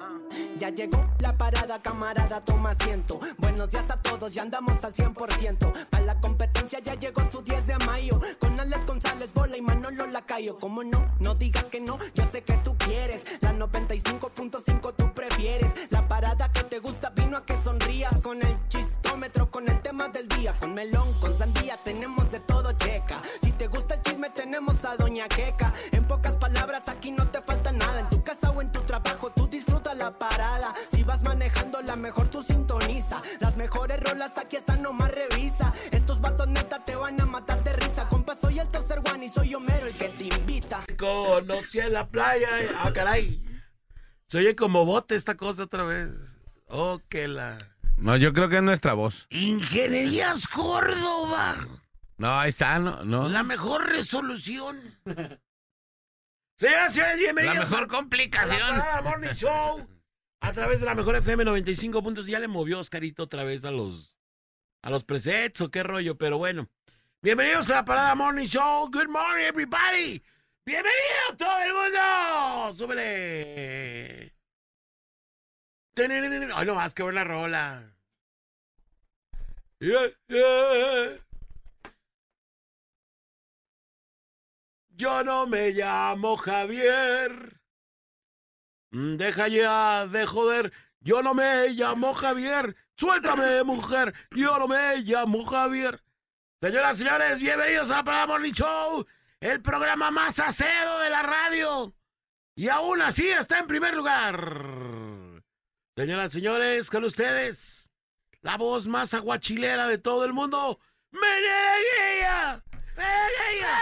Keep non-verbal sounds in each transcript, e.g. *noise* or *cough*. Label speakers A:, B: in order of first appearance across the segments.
A: Ah. Ya llegó la parada, camarada, toma asiento. Buenos días a todos, ya andamos al 100%. Para la competencia ya llegó su 10 de mayo. Con Alex González, Bola y Manolo Lacayo. ¿Cómo no? No digas que no, yo sé que tú quieres. La 95.5 tú prefieres. La parada que te gusta vino a que sonrías. Con el chistómetro, con el tema del día. Con melón, con sandía, tenemos de todo checa. Si te gusta el chisme, tenemos a Doña Queca. En pocas palabras, aquí no te falta nada. En tu casa o en tu trabajo, tú disfruta la parada. Si vas manejando, la mejor tú sintoniza. Las mejores rolas aquí están, nomás revisa. Estos vatos neta te van a matar de risa. Compa, soy el tercer one y soy Homero el que te invita.
B: Conocí en la playa. eh. Ah, caray. Se oye como bote esta cosa otra vez. Oh, que la.
C: No, yo creo que es nuestra voz.
B: Ingenierías Córdoba.
C: No, ahí está, no, no.
B: La mejor resolución. Señoras y señores, bienvenidos.
C: complicación.
B: Parada Morning Show. A través de la mejor FM 95 puntos. Ya le movió Oscarito otra vez a los a los presets o qué rollo, pero bueno. Bienvenidos a la Parada Morning Show. Good morning, everybody. Bienvenido todo el mundo. Súbele. Tenenenen. Ay, no más que buena rola. Yeah, yeah. Yo no me llamo Javier. Mm, Deja ya de joder. Yo no me llamo Javier. Suéltame, mujer. Yo no me llamo Javier. Señoras y señores, bienvenidos a la Parada Morning Show, el programa más acedo de la radio. Y aún así está en primer lugar. Señoras y señores, con ustedes, la voz más aguachilera de todo el mundo, Meneguía. Meneguía.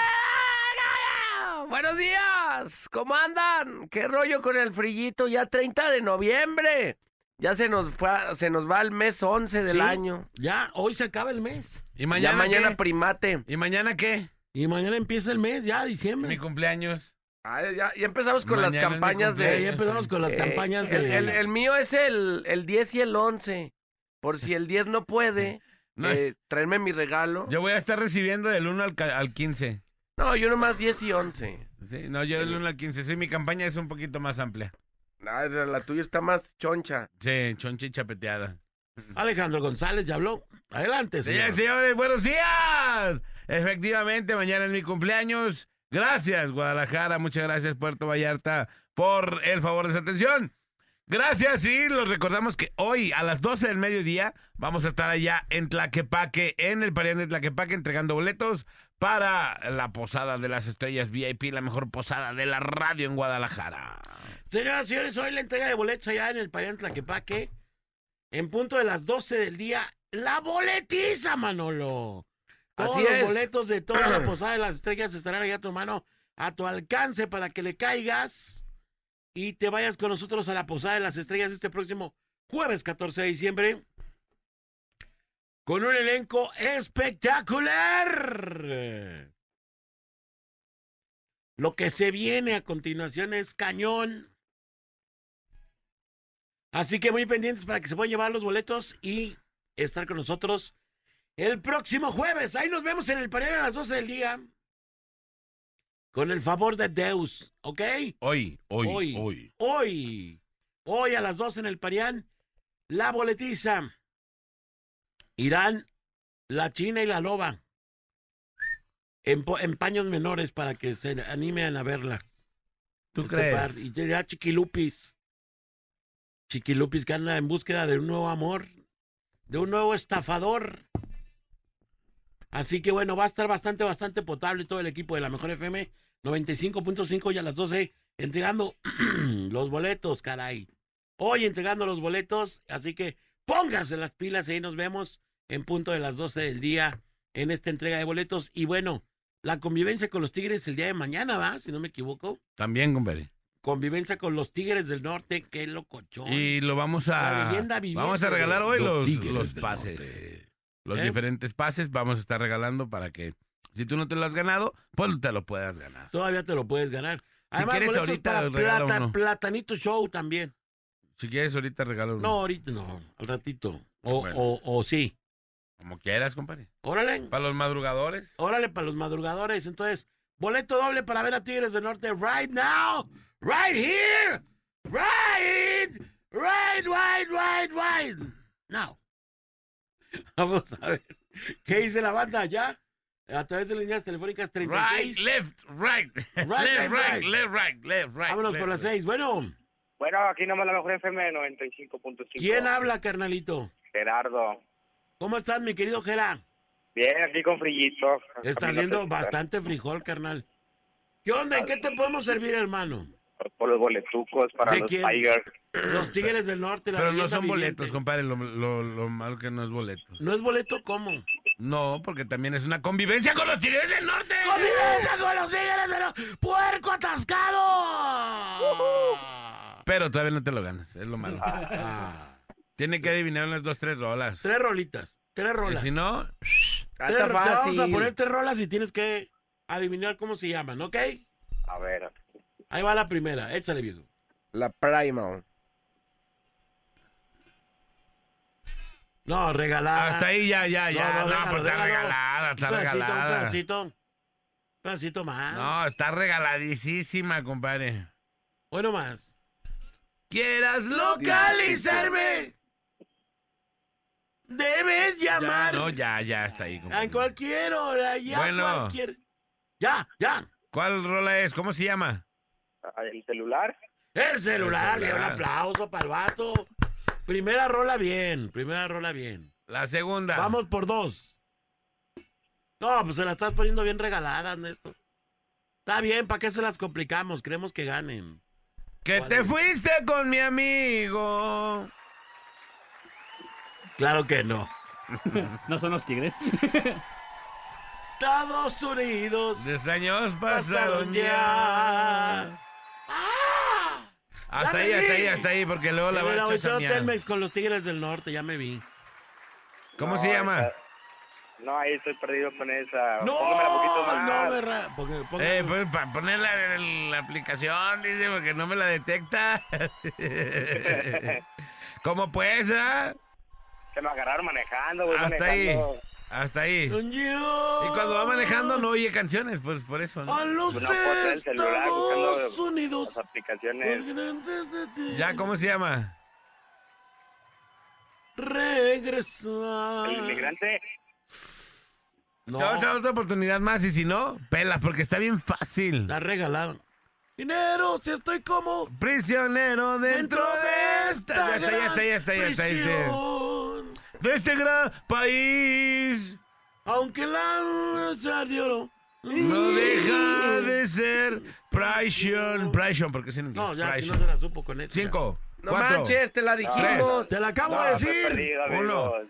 D: Buenos días, ¿cómo andan? ¿Qué rollo con el frillito? Ya 30 de noviembre. Ya se nos, fue- se nos va el mes 11 del
B: Sí,
D: año.
B: Ya, hoy se acaba el mes.
C: ¿Y
D: ya
C: mañana,
D: mañana pues.
C: qué?
D: primate.
C: ¿Y mañana qué?
B: Y mañana empieza el mes, ya, diciembre.
C: Mi cumpleaños.
D: Ah, ya, ya empezamos con
C: Mañana
D: las
C: es mi
D: campañas
B: Ya, ya
D: de...
B: empezamos con las
D: eh,
B: campañas
D: el,
B: de...
D: el- el mío es el, el 10 y el 11. Por si el 10 no puede,
C: No.
D: eh, traerme mi regalo.
C: Yo voy a estar recibiendo del 1 al, ca- al 15.
D: No, yo nomás 10 y 11.
C: Sí, no, yo del 1 al 15. Sí, mi campaña es un poquito más amplia.
D: Ah, la la tuya está más choncha.
C: Sí, choncha y chapeteada.
B: Alejandro González ya habló. Adelante, señor.
C: Señoras y señores, buenos días. Efectivamente, mañana es mi cumpleaños. Gracias, Guadalajara. Muchas gracias, Puerto Vallarta, por el favor de su atención. Gracias y los recordamos que hoy a las 12 del mediodía vamos a estar allá en Tlaquepaque, en el Parián de Tlaquepaque, entregando boletos para la Posada de las Estrellas VIP, la mejor posada de la radio en Guadalajara.
B: Señoras y señores, hoy la entrega de boletos allá en el Parián Tlaquepaque. En punto de las 12 del día, la boletiza, Manolo. Todos
D: Así
B: los
D: es.
B: boletos de toda la posada de las estrellas estarán allá a tu mano, a tu alcance, para que le caigas y te vayas con nosotros a la posada de las estrellas este próximo jueves 14 de diciembre. Con un elenco espectacular. Lo que se viene a continuación es cañón. Así que muy pendientes para que se puedan llevar los boletos y estar con nosotros el próximo jueves. Ahí nos vemos en el panel a las 12 del día. Con el favor de Deus, ¿ok?
C: Hoy, hoy,
B: Hoy.
C: hoy.
B: Hoy, hoy a las 12 en el Parián, la boletiza. Irán, la China y la Loba. En, po- en paños menores para que se animen a verla.
C: ¿Tú
B: Este
C: crees?
B: par- y ya Chiquilupis. Chiquilupis que anda en búsqueda de un nuevo amor, de un nuevo estafador. Así que bueno, va a estar bastante, bastante potable todo el equipo de la Mejor FM 95.5 y a las 12 entregando *clears throat* los boletos, caray. Hoy entregando los boletos, así que póngase las pilas y ahí nos vemos en punto de las 12 del día en esta entrega de boletos. Y bueno, la convivencia con los Tigres el día de mañana, ¿va? Si no me equivoco
C: También, compadre.
B: convivencia con los Tigres del Norte, qué locochón.
C: Y lo vamos
B: La
C: a.
B: leyenda viviente
C: Vamos a regalar hoy
E: Los
C: los,
E: Tigres
C: los
E: del
C: pases.
E: Norte.
C: Los
B: ¿Eh?
C: diferentes pases vamos a estar regalando para que, si tú no te lo has ganado, pues te lo puedas ganar.
B: Todavía te lo puedes ganar. Además,
C: quieres,
B: boletos
C: ahorita
B: para
C: regala
B: Plata-
C: uno.
B: Platanito Show también.
C: Si quieres, ahorita regalo uno.
B: No, ahorita no, al ratito. O,
C: Bueno.
B: o, o sí.
C: Como quieras, compadre.
B: Órale,
C: Para los madrugadores.
B: órale para los madrugadores. Entonces, boleto doble para ver a Tigres del Norte right now, right here, right, Right, right, right, right. Now. *laughs* Vamos a ver. ¿Qué dice la banda ya? A través de líneas telefónicas 36.
C: Right, left, right.
B: Right, left,
C: left, right,
B: right.
C: left, right, left, right.
B: Vámonos
C: left,
B: por las
C: right.
B: 6. Bueno,
E: Bueno, aquí nomás la mejor FM 95.5.
B: ¿quién habla, carnalito?
E: Gerardo.
B: ¿Cómo estás, mi querido Gera?
E: Bien, aquí con frillito.
B: Está
E: Camino
B: haciendo
E: a-
B: bastante frijol, carnal. ¿Qué onda? ¿En qué te podemos servir, hermano?
E: Por los boletucos para
B: ¿De
E: los
B: quién?
E: Tigers.
B: Los Tigres del Norte, la
C: Pero no
B: leyenda
C: son
B: viviente.
C: boletos, compadre, lo, lo, lo malo que no es boletos.
B: ¿No es boleto cómo?
C: No, porque también es una convivencia con los tigres del norte.
B: ¡Comienza con los Tigres del Norte! ¡Puerco atascado!
C: Pero todavía no te lo ganas, es lo malo.
B: Ah,
C: Tiene que adivinar unas dos, tres rolas.
B: tres rolitas, tres
C: Y
B: rolas.
C: si no,
D: Ah,
B: Tres-
D: está
B: te vamos a
D: fácil.
B: poner tres rolas y tienes que adivinar cómo se llaman, ¿ok?
E: A ver.
B: Ahí va la primera, échale, viejo.
D: La Primal.
B: No, regalada.
C: hasta Ah, ahí ya, ya, ya. No,
B: Ah. no, déjalo,
C: pues está
B: déjalo.
C: regalada, está
B: un pedacito, Un
C: regalada.
B: pedacito, un pedacito más.
C: No, está regaladísima, compadre.
B: Hoy no más.
C: Quieras
B: Localizarme. Debes
C: Ya,
B: llamar
C: no, ya, ya, está ahí, compadre.
B: a cualquier hora, ya
C: Bueno.
B: cualquier... Ya, ya.
C: ¿Cuál rola es? ¿Cómo se llama?
E: ¿El celular?
B: El celular,
C: El celular.
B: le doy un aplauso para el vato. Primera rola bien, primera rola bien.
C: La segunda.
B: Vamos por dos. No, pues se la estás poniendo bien regalada, Néstor. Está bien, ¿para qué se las complicamos? Queremos que ganen.
C: Que
B: ¿Cuál
C: te
B: es?
C: fuiste con mi amigo.
B: Claro que no.
F: *laughs* No son los
B: *laughs*
F: tigres.
B: Estados Unidos.
C: Diez años
B: Pasaron
C: pasaron ya.
B: ya. ¡Ah!
C: Hasta
B: Ya
C: ahí,
B: me
C: hasta
B: vi.
C: ahí, hasta ahí, porque luego la
B: En
C: va
B: el
C: a
B: Auditorio
C: chasamear.
B: Telmex con los Tigres del Norte, ya me vi.
C: ¿Cómo
E: No,
C: se llama?
E: esa- No, ahí estoy perdido con esa.
C: Ah,
B: No,
E: Póngamela poquito más.
B: no, verdad. Porque- porque-
C: Eh, pues para ponerla en la aplicación, dice, porque no me la detecta. *laughs* ¿Cómo pues, ah?
E: Se me agarraron manejando, voy
C: Hasta ahí,
E: Pues manejando.
C: hasta ahí. Y
B: Y
C: cuando va manejando no oye canciones, pues por eso. ¿no?
B: A los
E: Una foto del pues, celular
B: Estados
E: buscando
B: Unidos.
E: las aplicaciones.
C: Ya, ¿cómo se llama?
B: Regresar.
E: ¿El inmigrante?
B: No,
C: Te vamos a dar otra oportunidad más y si no, pela, porque está bien fácil.
B: la regalaron. Dinero, si estoy como
C: Prisionero dentro de esta. Ya está, ya está, ya está, ya está. ya está.
B: prisión.
C: De este gran país
B: Aunque la lucha de oro.
C: no deja de ser Prision. Prision, porque es en inglés.
B: No, ya si no
C: prision.
B: se la supo con esto.
C: Cinco,
D: No
C: cuatro,
D: manches, te la dijimos.
B: Te la acabo
E: No,
B: de
E: estoy
B: decir. Este
E: perdido,
C: uno.
E: amigos.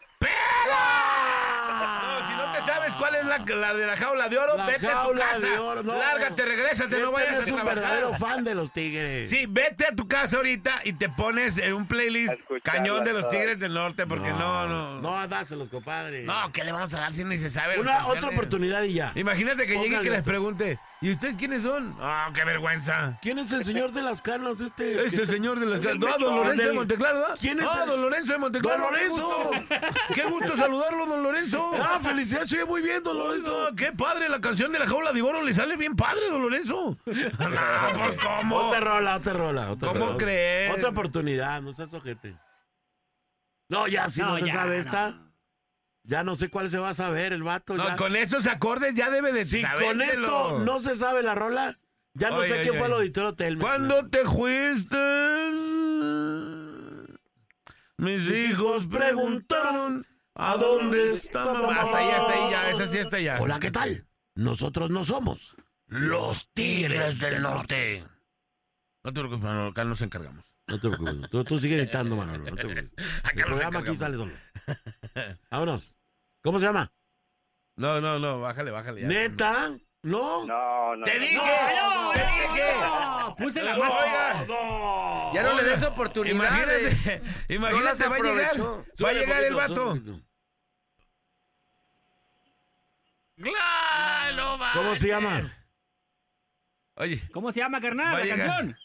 C: No, si no te sabes cuál es la, la de la jaula de oro,
B: La
C: vete a tu
B: jaula
C: casa.
B: de oro, no.
C: Lárgate, regrésate, no
B: Este
C: vayas
B: es
C: a
B: un
C: trabajar.
B: verdadero fan de los Tigres.
C: Sí, vete a tu casa ahorita y te pones en un playlist
E: A escucharla
C: cañón de los
E: todas.
C: Tigres del Norte, porque no, no. No,
B: No, dáselos, compadre.
C: ¿qué le vamos a dar si ni se sabe? las
B: Una otra
C: canciones?
B: oportunidad y ya.
C: Imagínate que llegue y que
B: Póngale
C: les
B: otro.
C: pregunte, ¿y ustedes quiénes son? Ah, qué vergüenza.
B: ¿Quién es el señor de las canas este?
C: *laughs* Ese señor de las
E: del
C: No, don
E: mechón,
C: Lorenzo de
B: del-
C: Monteclaro, ¿ah?
B: ¿Quién es
C: Ah,
B: el-
C: don Lorenzo de Monteclaro.
B: ¡Don
C: qué
B: Lorenzo!
C: gusto. ¡Qué gusto saludarlo, don Lorenzo!
B: *laughs* ¡Ah, felicidades! Sí, muy bien, don Lorenzo.
C: Oiga, ¡Qué padre! La canción de la jaula de oro le sale bien padre,
B: *laughs*
C: don Lorenzo. no, pues cómo.
B: Otra rola, otra rola. otra
C: ¿Cómo
B: rola.
C: crees?
B: Otra oportunidad, no seas ojete. No, ya, si no,
F: No,
B: se
F: ya,
B: sabe
F: no.
B: esta, ya no sé cuál se va a saber el vato.
C: No,
B: ya.
C: con esos acordes ya debe de
B: si con
C: sabérselo.
B: esto no se sabe la rola, ya no
C: Oye,
B: sé
C: oye,
B: quién fue al
C: oye.
B: auditorio Telmex.
C: Cuando te fuiste, mis hijos preguntaron a dónde está mamá. Hasta ahí, hasta ahí, ya, esa sí está ya.
B: Hola, ¿qué tal? Nosotros no somos los Tigres del Norte.
C: No te preocupes, Manolo, acá nos encargamos.
B: No te preocupes. Tú, tú sigue editando, Manolo. No te preocupes. El
C: Acá nos
B: programa aquí
C: encargamos.
B: sale solo. Vámonos. ¿Cómo se llama?
C: No, no, no, bájale, bájale. Ya.
B: ¿Neta? ¿No?
E: No, no.
C: Te
E: no.
C: dije,
F: no,
C: te
F: no,
C: dije.
F: no, puse la
C: No,
F: más.
C: oiga,
D: Ya no le des
C: Oiga,
D: oportunidades.
C: Imagínate, *laughs* imagínate,
D: No las
C: va a llegar.
D: aprovechó.
C: Va a
B: Súbele
C: llegar el
B: poquito,
C: vato.
B: súbele poquito.
C: ¡Claro,
B: ¿Cómo se
C: manches!
B: llama?
C: Oye,
F: ¿Cómo se
C: Va
F: llama,
C: a
F: carnal? La
C: llegar.
F: canción.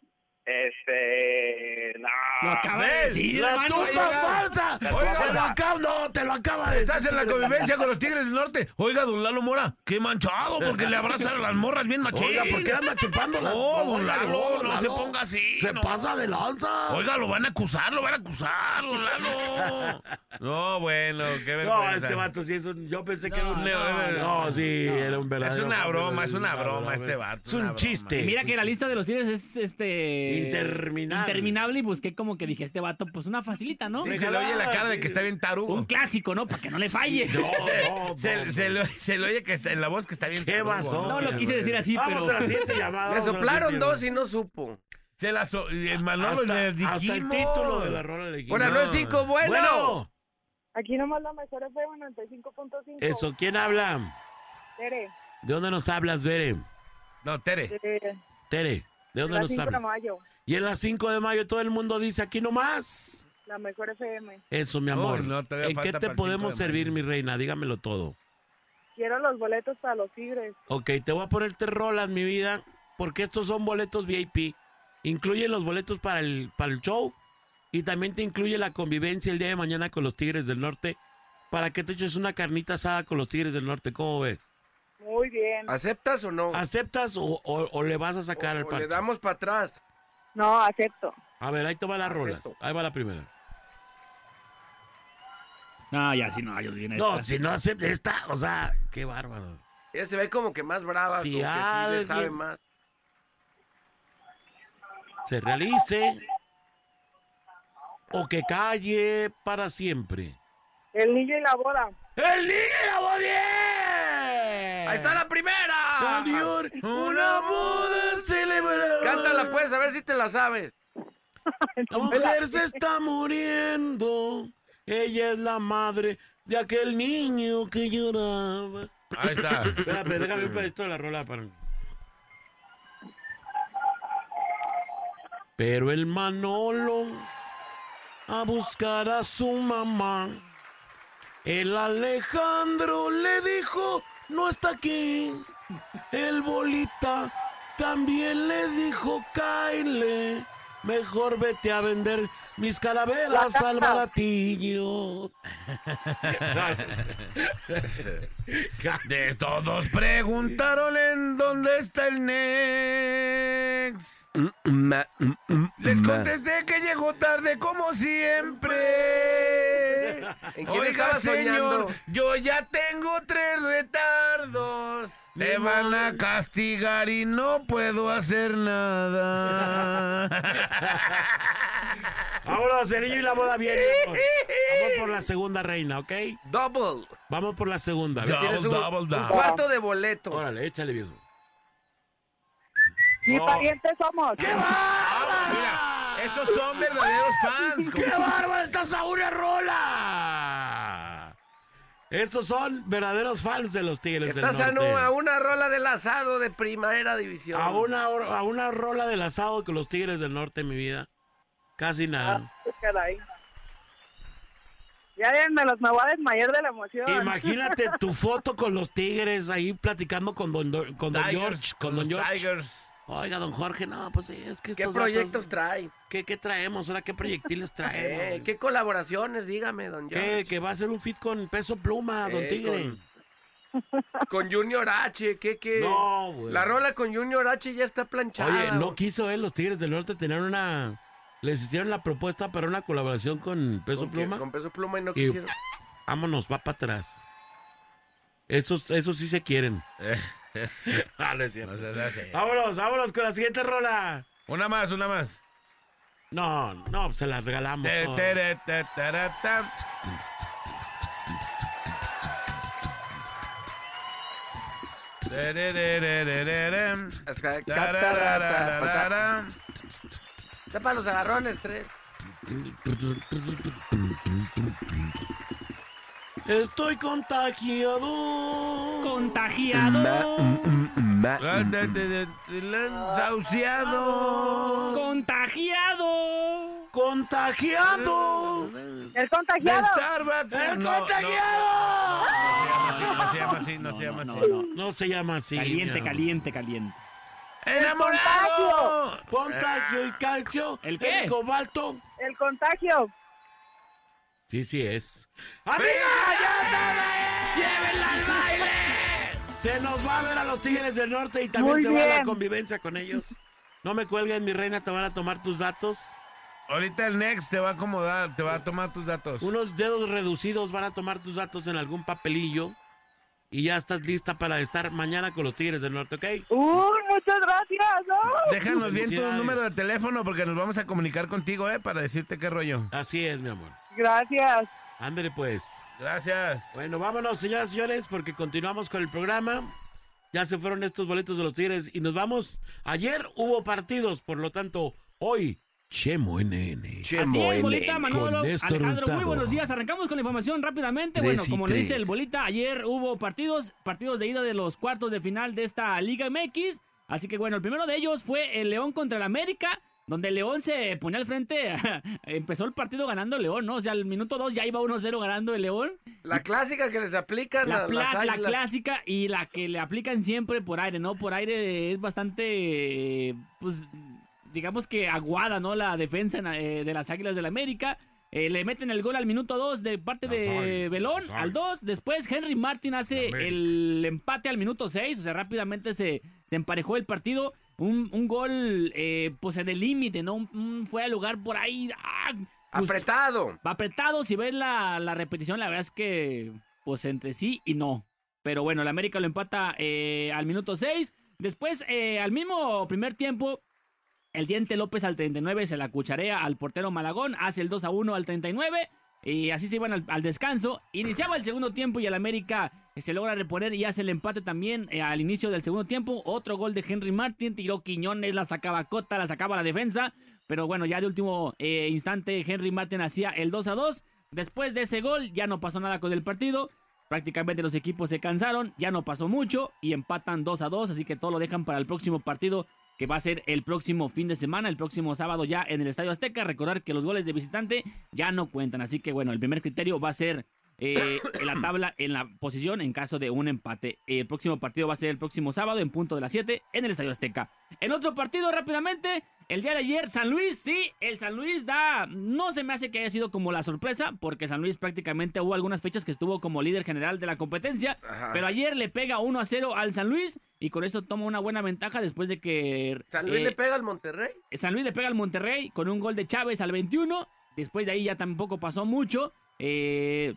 E: Este. No.
F: Lo acaba de
C: ¿ves?
F: decir,
B: ¡La
F: hermano.
B: tumba falsa!
C: Oiga,
B: ¡Te lo acabo! ¡No, te lo acaba de
C: Estás en la convivencia con los Tigres del Norte. Oiga, don Lalo Mora, qué manchado, porque le abraza a las morras bien machín.
B: Oiga, ¿por qué anda chupando la
C: No, don
B: oiga,
C: Lalo,
B: don
C: no se ponga así,
B: Se
C: no.
B: pasa de lanza.
C: Oiga, lo van a acusar, lo van a acusar, don Lalo. No, bueno, qué
B: no,
C: vergüenza.
B: este vato sí es un. Yo pensé que era
F: No,
B: un.
C: no, no,
B: sí, era un
C: Es
B: verdadero.
C: una broma, es una
B: verdadero,
C: broma
B: verdadero.
C: este vato.
B: Es un
C: una broma.
B: chiste.
F: Y mira que la lista de los tigres es este.
B: Interminable.
F: Interminable. Y busqué como que dije, este vato, pues una facilita, ¿no?
C: Sí, se le oye la cara de que está bien
F: Un
C: tarugo.
F: clásico, ¿no? Para que no le falle.
B: No, no, no,
C: Se,
B: no.
C: se le, se le oye que está, en la voz que está bien
B: Qué
C: tarugo,
B: basón.
F: No lo quise decir así,
B: Vamos
F: pero.
B: a la siguiente llamada.
D: Le
B: vamos a la
D: soplaron
B: siguiente
D: dos
B: llamada.
D: y no supo.
C: Se la so- eh, Manolo
B: hasta,
C: le dijimos.
B: hasta el título de la rola le dijimos.
D: Ahora no es cinco, bueno.
B: Bueno,
G: Aquí nomás la mejor FM 95.5.
B: eso, ¿quién habla?
G: Tere,
B: ¿De dónde nos hablas, Bere?
C: No, Tere.
G: de
B: Tere, ¿de dónde
G: la
B: nos
G: 5 de
B: hablas?
G: mayo,
B: Y en las 5 de mayo todo el mundo dice aquí nomás.
G: la mejor FM.
B: Eso, mi amor.
C: Uy, no, todavía
B: ¿En qué
C: falta
B: te
C: para el cinco
B: podemos
C: de mayo.
B: servir, mi reina? Dígamelo todo.
G: Quiero los boletos para los tigres.
B: Ok, te voy a ponerte rolas, mi vida, porque estos son boletos VIP. Incluyen los boletos para el, para el show y también te incluye la convivencia el día de mañana con los Tigres del Norte para que te eches una carnita asada con los Tigres del Norte. ¿Cómo ves?
G: Muy bien.
D: ¿Aceptas o no?
B: ¿Aceptas o, o- o le vas a sacar al
D: O- o le
B: parche?
D: damos para atrás.
G: No, acepto.
B: A ver, ahí te van las rolas.
D: Acepto.
B: Ahí va la primera.
F: No, ya sí, no, yo viene
B: No, si no aceptas esta, o sea, qué bárbaro.
D: Ella se ve como que más brava,
B: Si
D: como que sí le
B: alguien-
D: sabe más.
B: se realice o que calle para siempre.
G: El niño y la boda.
B: ¡El niño la voz bien!
D: ¡Ahí está la primera!
B: Señor, una boda celebrada.
D: Cántala pues, a ver si te la sabes.
B: La mujer se está muriendo. Ella es la madre de aquel niño que lloraba.
C: Ahí está.
B: Espérame, déjame un pedacito de la rola para Pero el Manolo a buscar a su mamá. El Alejandro le dijo, no está aquí. El Bolita también le dijo, Kyle, mejor vete a vender mis calaveras al baratillo.
C: *laughs* De todos preguntaron en dónde está el Nex. Les contesté que llegó tarde como siempre.
D: ¿En quién
C: Oiga,
D: estaba soñando?
C: señor, yo ya tengo tres retardos. Me van a castigar y no puedo hacer nada.
B: Ahora Cerillo y la boda viene. Vamos por la segunda reina, ¿ok?
D: Double.
B: Vamos por la segunda.
C: Ya.
B: vete.
D: Tienes un,
C: double,
D: un
C: double.
D: cuarto de boleto.
B: Órale, échale, viejo.
G: Ni parientes somos.
C: Ah, mira, *laughs* esos son verdaderos fans.
B: ¡Qué bárbaro! ¡Estás a una rola! Estos son verdaderos fans de los Tigres del
D: Estás a,
B: Norte.
D: nu- a una rola del asado de primera división.
B: A una, or- a una rola del asado con los Tigres del Norte, mi vida. Casi nada.
G: Ah, Caray. Ya déjenmelos, me voy a desmayar de la emoción.
B: Imagínate tu foto con los Tigres ahí platicando con Don, Do- con don George. Con
C: los
B: don George.
C: *laughs* Tigers.
B: Oiga, don Jorge, no, pues sí, es que
D: ¿Qué
B: estos
D: proyectos
B: vatos-
D: trae?
B: ¿Qué, qué traemos? Ahora, ¿qué proyectiles
D: Eh,
B: traemos?
D: ¿Qué colaboraciones? Dígame, don
B: ¿Qué?
D: George.
B: Que va a ser un fit con peso pluma, don
D: Eh,
B: Tigre.
D: Con Junior H, ¿qué, qué?
B: No, güey.
D: La rola con Junior H ya está planchada.
B: Oye, no
D: güey.
B: quiso él, los Tigres del Norte tener una. Les hicieron la propuesta para una colaboración con Peso
D: Con que-
B: Pluma.
D: Con peso pluma y no
B: Y-
D: quisieron.
B: Vámonos, va para atrás. Esos, esos sí se quieren. Ah, no es cierto.
C: No seas así.
B: Vámonos, vámonos con la siguiente rola.
C: Una más, una más.
B: No, no, pues se la regalamos.
C: Te,
B: no.
C: te, re, te, te, re, tam. Te, re, re, re, re, re, rem.
D: Es que-
C: Ta, ra, ra, ra, ra, ra.
D: Está para los agarrones, tres.
B: Estoy contagiado.
F: Contagiado.
C: Ra, te, te, te, te, lan- Sauciado.
F: Contagiado.
B: Contagiado.
G: El
C: De
G: contagiado.
C: estar vacunado.
B: ¡El
C: No, no.
B: contagiado!
C: No se llama así, no se llama así, no se llama así.
B: No se llama así.
F: Caliente,
B: mi amor.
F: caliente, caliente.
C: ¡Enamorado!
B: Contagio. el calcio,
F: ¿El qué?
B: cobalto.
G: El contagio.
B: Sí, sí es. ¡Amiga, ya está! ¡Llévenla al baile! Se nos va a ver a los Tigres del Norte y también
G: Muy
B: se va la
G: bien.
B: convivencia con ellos. No me cuelguen, mi reina, te van a tomar tus datos.
C: Ahorita el Next te va a acomodar, te va a tomar tus datos.
B: Unos dedos reducidos van a tomar tus datos en algún papelillo. Y ya estás lista para estar mañana con los Tigres del Norte, ¿ok?
G: Uy, Uh, muchas gracias. ¡Ay!
C: Déjanos bien tu
B: Felicidades.
C: número de teléfono porque nos vamos a comunicar contigo, ¿eh? Para decirte qué rollo.
B: Así es, mi amor.
G: Gracias.
B: Ándale, pues.
C: Gracias.
B: Bueno, vámonos, señoras y señores, porque continuamos con el programa. Ya se fueron estos boletos de los Tigres y nos vamos. Ayer hubo partidos, por lo tanto, hoy, Chemo NN.
F: Así es, bolita, Manolo,
B: Con Néstor
F: Alejandro, muy
B: Hurtado.
F: buenos días. Arrancamos con la información rápidamente.
B: Tres
F: Bueno,
B: y
F: como le dice
B: tres.
F: el bolita, ayer hubo partidos, partidos de ida de los cuartos de final de esta Liga MX. Así que bueno, el primero de ellos fue el León contra el América, donde el León se pone al frente. *laughs* Empezó el partido ganando el León, ¿no? O sea, al minuto 2 ya iba 1-0 ganando el León.
D: La clásica que les aplican
F: La,
D: a
F: plas-
D: las
F: la
D: águilas.
F: clásica y la que le aplican siempre por aire, ¿no? Por aire es bastante, eh, pues, digamos que aguada, ¿no? La defensa en- eh, de las Águilas del América. Eh, le meten el gol al minuto 2 de parte
C: Las
F: de
C: Águilas,
F: Belón,
C: las
F: al 2. Después Henry Martin hace
C: América.
F: el empate al minuto 6. O sea, rápidamente se, se emparejó el partido. Un, un gol, eh, pues, en el límite, ¿no? Un- un fue al lugar por ahí. ¡ah! Pues,
D: Apretado.
F: Va apretado, si ves la, la repetición, la verdad es que, pues entre sí y no. Pero bueno, el América lo empata eh, al minuto 6. Después, eh, al mismo primer tiempo, el Diente López al 39 se la cucharea al portero Malagón, hace el 2 a 1 al 39 y así se iban al, al descanso. Iniciaba el segundo tiempo y el América eh, se logra reponer y hace el empate también eh, al inicio del segundo tiempo. Otro gol de Henry Martin, tiró Quiñones, la sacaba Cota, la sacaba la defensa. Pero bueno, ya de último eh, instante Henry Martin hacía el 2 a 2. Después de ese gol ya no pasó nada con el partido. Prácticamente los equipos se cansaron, ya no pasó mucho y empatan 2 a 2, así que todo lo dejan para el próximo partido que va a ser el próximo fin de semana, el próximo sábado ya en el Estadio Azteca. Recordar que los goles de visitante ya no cuentan, así que bueno, el primer criterio va a ser eh, en la tabla en la posición en caso de un empate. El próximo partido va a ser el próximo sábado en punto de las 7 en el Estadio Azteca. En otro partido rápidamente, el día de ayer San Luis, sí, el San Luis da, no se me hace que haya sido como la sorpresa, porque San Luis prácticamente hubo algunas fechas que estuvo como líder general de la competencia,
D: Ajá.
F: pero ayer le pega 1 a 0 al San Luis y con esto toma una buena ventaja después de que
D: San Luis
F: eh,
D: le pega al Monterrey.
F: San Luis le pega al Monterrey con un gol de Chávez al 21. Después de ahí ya tampoco pasó mucho. Eh,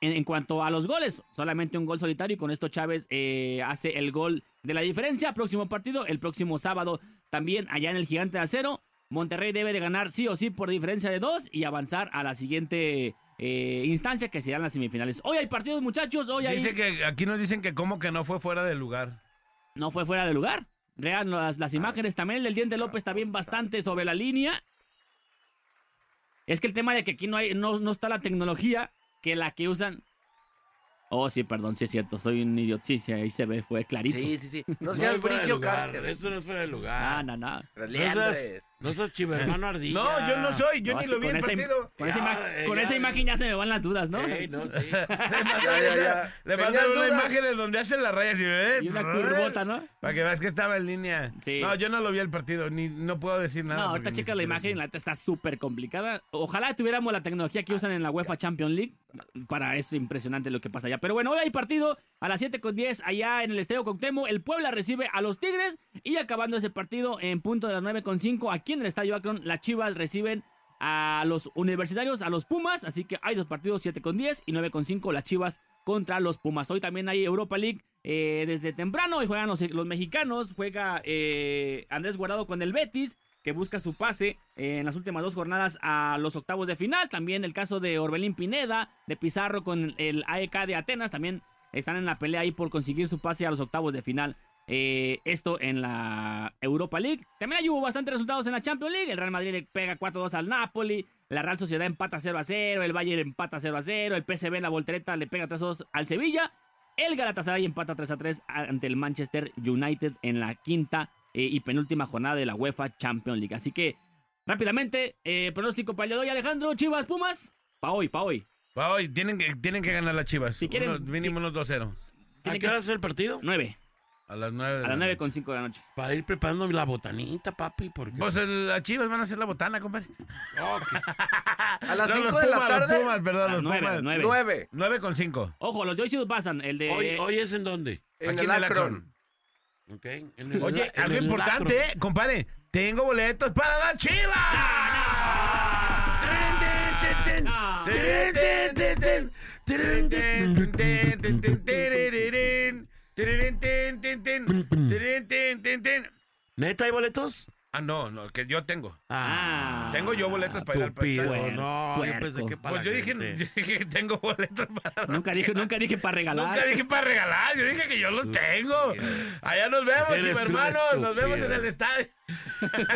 F: en, en cuanto a los goles, solamente un gol solitario y con esto Chávez eh, hace el gol de la diferencia. Próximo partido, el próximo sábado también allá en el Gigante de Acero. Monterrey debe de ganar sí o sí por diferencia de dos y avanzar a la siguiente eh, instancia que serán las semifinales. Hoy hay partidos muchachos, hoy hay...
C: Dice que aquí nos dicen que como que no fue fuera del lugar.
F: no fue fuera de lugar. Vean las, las imágenes también. El del Diente López también bastante sobre la línea. Es que el tema de que aquí no, hay, no, no está la tecnología que la que usan. Oh, sí, perdón, sí es cierto. Soy un idiota. Sí, sí, ahí se ve, fue clarito.
D: Sí, sí, sí. No
B: No
D: seas
B: es fuera de
D: Bricio
B: lugar,
D: Carter.
B: Eso no es fuera de lugar.
F: Ah, no, no.
B: No seas,
D: Leandres.
B: no seas chivermano ardilla.
C: No, yo no soy, yo
F: No,
C: ni
F: es
C: lo
F: que
C: vi el
F: esa im- *laughs*
C: partido.
F: con esa,
B: Ya,
F: ima-
B: eh,
F: con
B: ya.
F: esa imagen ya se me van las dudas, ¿no?
B: Ey, no, *laughs* sí.
C: Le
D: Ya, ya, ya.
C: mandaron- le
D: Tenías
C: mandaron una
D: dudas.
C: imagen donde hacen las rayas y... eh,
F: Y una curvota, ¿no?
C: Para que veas que estaba en línea.
F: Sí.
C: No, yo no lo vi el partido, ni no puedo decir nada.
F: No,
C: porque
F: ahorita
C: ni
F: checa la
C: siquiera sé.
F: imagen, la neta está súper complicada. Ojalá tuviéramos la tecnología que usan en la UEFA Champions League. Para eso impresionante lo que pasa allá. Pero bueno, hoy hay partido a las 7 con 10 allá en el Estadio Coctemo. El Puebla recibe a los Tigres y acabando ese partido en punto de las 9 con 5 aquí en el Estadio Akron, las Chivas reciben a los universitarios, a los Pumas. Así que hay dos partidos, 7 con 10 y 9 con 5 las Chivas contra los Pumas. Hoy también hay Europa League eh, desde temprano y juegan los, los mexicanos. Juega eh, Andrés Guardado con el Betis que busca su pase eh, en las últimas dos jornadas a los octavos de final. También el caso de Orbelín Pineda, de Pizarro con el AEK de Atenas. También están en la pelea ahí por conseguir su pase a los octavos de final. Eh, esto en la Europa League. También ahí hubo bastantes resultados en la Champions League. El Real Madrid le pega 4-2 al Napoli. La Real Sociedad empata 0 a 0, el Bayern empata 0 a 0, el PSV en la voltereta le pega 3-2 al Sevilla, el Galatasaray empata 3 a 3 ante el Manchester United en la quinta eh, y penúltima jornada de la UEFA Champions League. Así que, rápidamente, eh, pronóstico para el día de hoy, Alejandro, Chivas, Pumas, pa' hoy, pa' hoy.
C: Va hoy, tienen que, tienen que ganar las chivas.
F: Si quieren-
C: Unos- mínimo unos 2-0.
B: ¿A
F: Tiene
B: qué
F: que-
B: hora es el partido?
F: 9.
C: A las 9.
F: A las 9 con cinco de la noche.
B: Para ir preparando la botanita, papi, porque... *laughs*
C: Pues el- las chivas van a hacer la botana, compadre.
D: A las
C: No,
D: 5
C: los
D: de la
C: Pumas, los
D: tarde.
C: Pumas, perdón,
F: A las
C: los
F: nueve, a las
C: Pumas.
F: nueve.
D: 9.
C: 9 con 5.
F: Ojo, los Joyceus pasan. El de.
B: Hoy, hoy es en dónde.
D: En
C: Aquí
D: el
C: en el Akron.
D: Akron.
B: Ok, en el-
C: Oye,
B: en
C: algo
B: el
C: importante,
B: lacro.
C: eh, compadre. Tengo boletos para la chiva.
F: No.
B: ¿Neta hay boletos?
C: Ah, no, no, que yo tengo.
F: Ah.
C: Tengo yo boletos para ir al
B: Estúpido,
C: pastel.
B: no, yo
F: Puerco.
B: pensé que para
C: Pues yo
B: la
C: dije,
B: gente.
C: yo *laughs* dije que tengo boletos para la
F: Nunca dije, nunca dije para regalar.
C: Nunca dije para regalar, yo dije que yo los tengo. Allá nos vemos,
B: Eres
C: chicos,
B: un
C: hermanos. Nos vemos en
B: estúpido.
C: el estadio.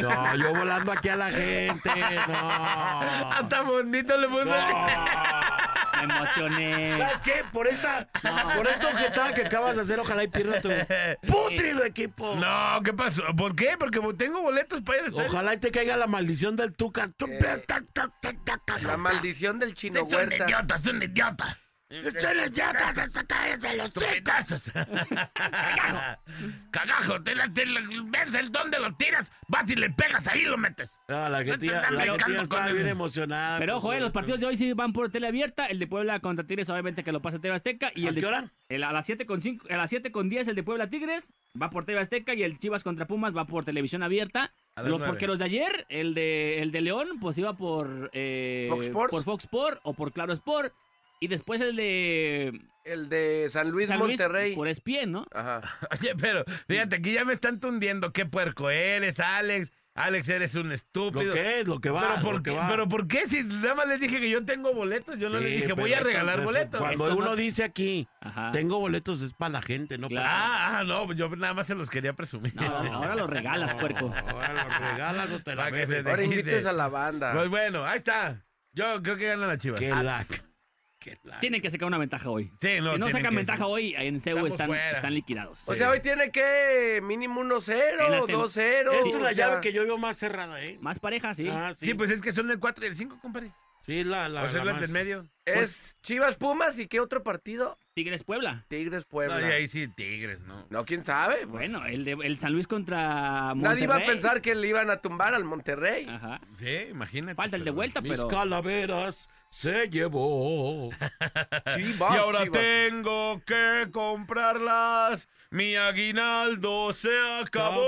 B: No, yo volando aquí a la gente. No.
C: Hasta fondito le puse.
F: Me
C: *laughs*
F: emocioné.
B: ¿Sabes qué? Por esta, por esta objetada que acabas de hacer, ojalá y pierdas tu putrido equipo.
C: No, ¿qué pasó? ¿Por qué? Porque tengo boletos para ir al estadio.
B: Ojalá y te caiga la maldición del Tuca.
C: Eh,
D: La maldición del chino
C: Es un
D: huerta.
C: idiota, es un idiota.
B: Ustedes ya te sacan los
C: Tú qué casas. Cagajo, te la- te la- ves el dónde lo tiras, vas y le pegas ahí lo metes. *laughs*
B: No, la gente
C: No te
B: ya,
C: andan
B: la gente
C: brincando
B: ya estaba
C: con el-
B: bien emocionada. pues,
F: Pero
B: con
F: ojo, eh,
B: su-
F: los partidos de hoy sí van por tele abierta. El de Puebla contra Tigres, obviamente que lo pasa TV Azteca. Y
B: ¿A
F: el de,
B: qué hora?
F: el- a las 7 con cinco- a las 7 con 10, el de Puebla Tigres, va por TV Azteca. Y el Chivas contra Pumas va por televisión abierta.
C: A las
F: Lo-
C: nueve.
F: porque los de ayer, el de, el de León, pues iba por, eh,
D: Fox Sports.
F: por Fox Sport o por Claro Sport. Y después el de
D: El de San Luis
F: San Luis
D: Monterrey.
F: por ESPN, ¿no?
D: Ajá.
C: Oye, pero fíjate, aquí ya me están tundiendo. Qué puerco eres, Alex. Alex, eres un estúpido.
B: Lo que es, lo que va.
C: pero,
B: lo
C: ¿por
B: que
C: qué,
B: va.
C: pero ¿por qué? Si nada más les dije que yo tengo boletos, yo no
B: Sí,
C: les dije,
B: pero
C: voy a
B: eso-
C: regalar
B: eso-
C: boletos.
B: Cuando
F: Eso
B: uno
F: no-
B: dice aquí,
F: Ajá.
B: tengo boletos, es para la gente, no
F: Ah. Claro.
C: Ah, ah, no, yo nada más se los quería presumir.
F: No, ahora lo regalas, puerco.
B: para. Ahora los regalas o te la
C: Para que
B: bebes.
C: se
D: Ahora
C: dijiste.
D: invites a la banda.
C: *laughs* Pues bueno, ahí está. Yo creo que ganan las chivas.
B: Qué
C: Ah,
B: lac. Qué lac.
F: Tienen que sacar una ventaja hoy.
C: Sí, no,
F: si no
C: tienen
F: sacan
C: que-
F: ventaja hoy, en CEU
C: Estamos
F: están,
C: fuera.
F: están liquidados.
D: O sea, hoy tiene que mínimo
F: En la
D: 1-0,
F: tem-
D: 2-0.
B: Esta es
D: o
B: la
D: sea,
B: llave que yo veo más cerrada, ¿eh?
F: Más parejas, sí.
B: Ah, sí.
C: Sí, pues es que son el 4 y el 5, compadre.
B: Sí, la, la,
C: O sea,
B: la
C: las
B: más-
C: del medio.
D: Es Chivas Pumas y qué otro partido?
F: Tigres Puebla.
D: Tigres
C: No,
D: Puebla.
C: y ahí sí, Tigres, ¿no?
D: No, quién sabe.
F: Bueno, el, de, el San Luis contra
D: Nadie
F: Monterrey.
D: iba a pensar que le iban a tumbar al Monterrey.
B: Ah.
F: Ajá.
C: Sí, imagínate.
F: Falta el de
C: pero-
F: vuelta,
B: Mis
F: pero.
B: calaveras se *laughs* llevó.
D: Chivas.
C: Y ahora
D: Chivas.
C: tengo que comprarlas. Mi aguinaldo se acabó.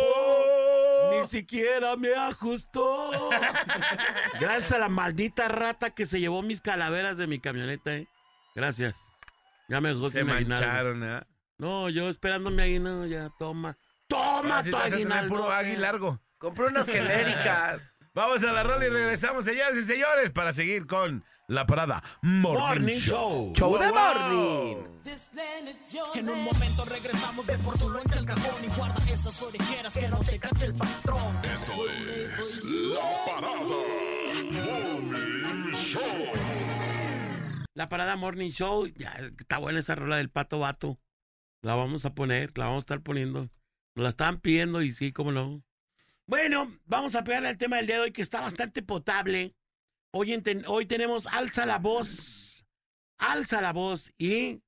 B: Ni siquiera me *laughs* ajustó. Gracias a la maldita rata que se llevó mis calaveras de mi camioneta, ¿eh? Gracias. Ya me dejó
C: Se
B: sin aguinaldo.
C: mancharon, ¿eh?
B: No, yo esperándome ahí, no, ya, toma. ¡Toma
C: Así
B: tu
C: Ah, te vas a tener
B: aguinaldo!
C: puro
F: eh.
C: águi largo.
D: Compré
C: *laughs*
D: unas genéricas.
C: Vamos a la rola y regresamos, señores y señores, para seguir con la parada Morning,
B: Morning
C: Show.
B: Show.
D: Show de
C: Wow, wow.
D: morning.
H: En un momento regresamos, ve por tu loncha al cajón y guarda esas orejeras que no te cache el patrón.
I: Esto es La Parada Morning Show.
B: La parada Morning Show, ya está buena esa rola del pato vato. La vamos a poner, la vamos a estar poniendo. Nos la estaban pidiendo y sí, cómo no. Bueno, vamos a pegarle al tema del día de hoy que está bastante potable. Hoy, enten- hoy tenemos Alza la Voz. Alza la Voz. Y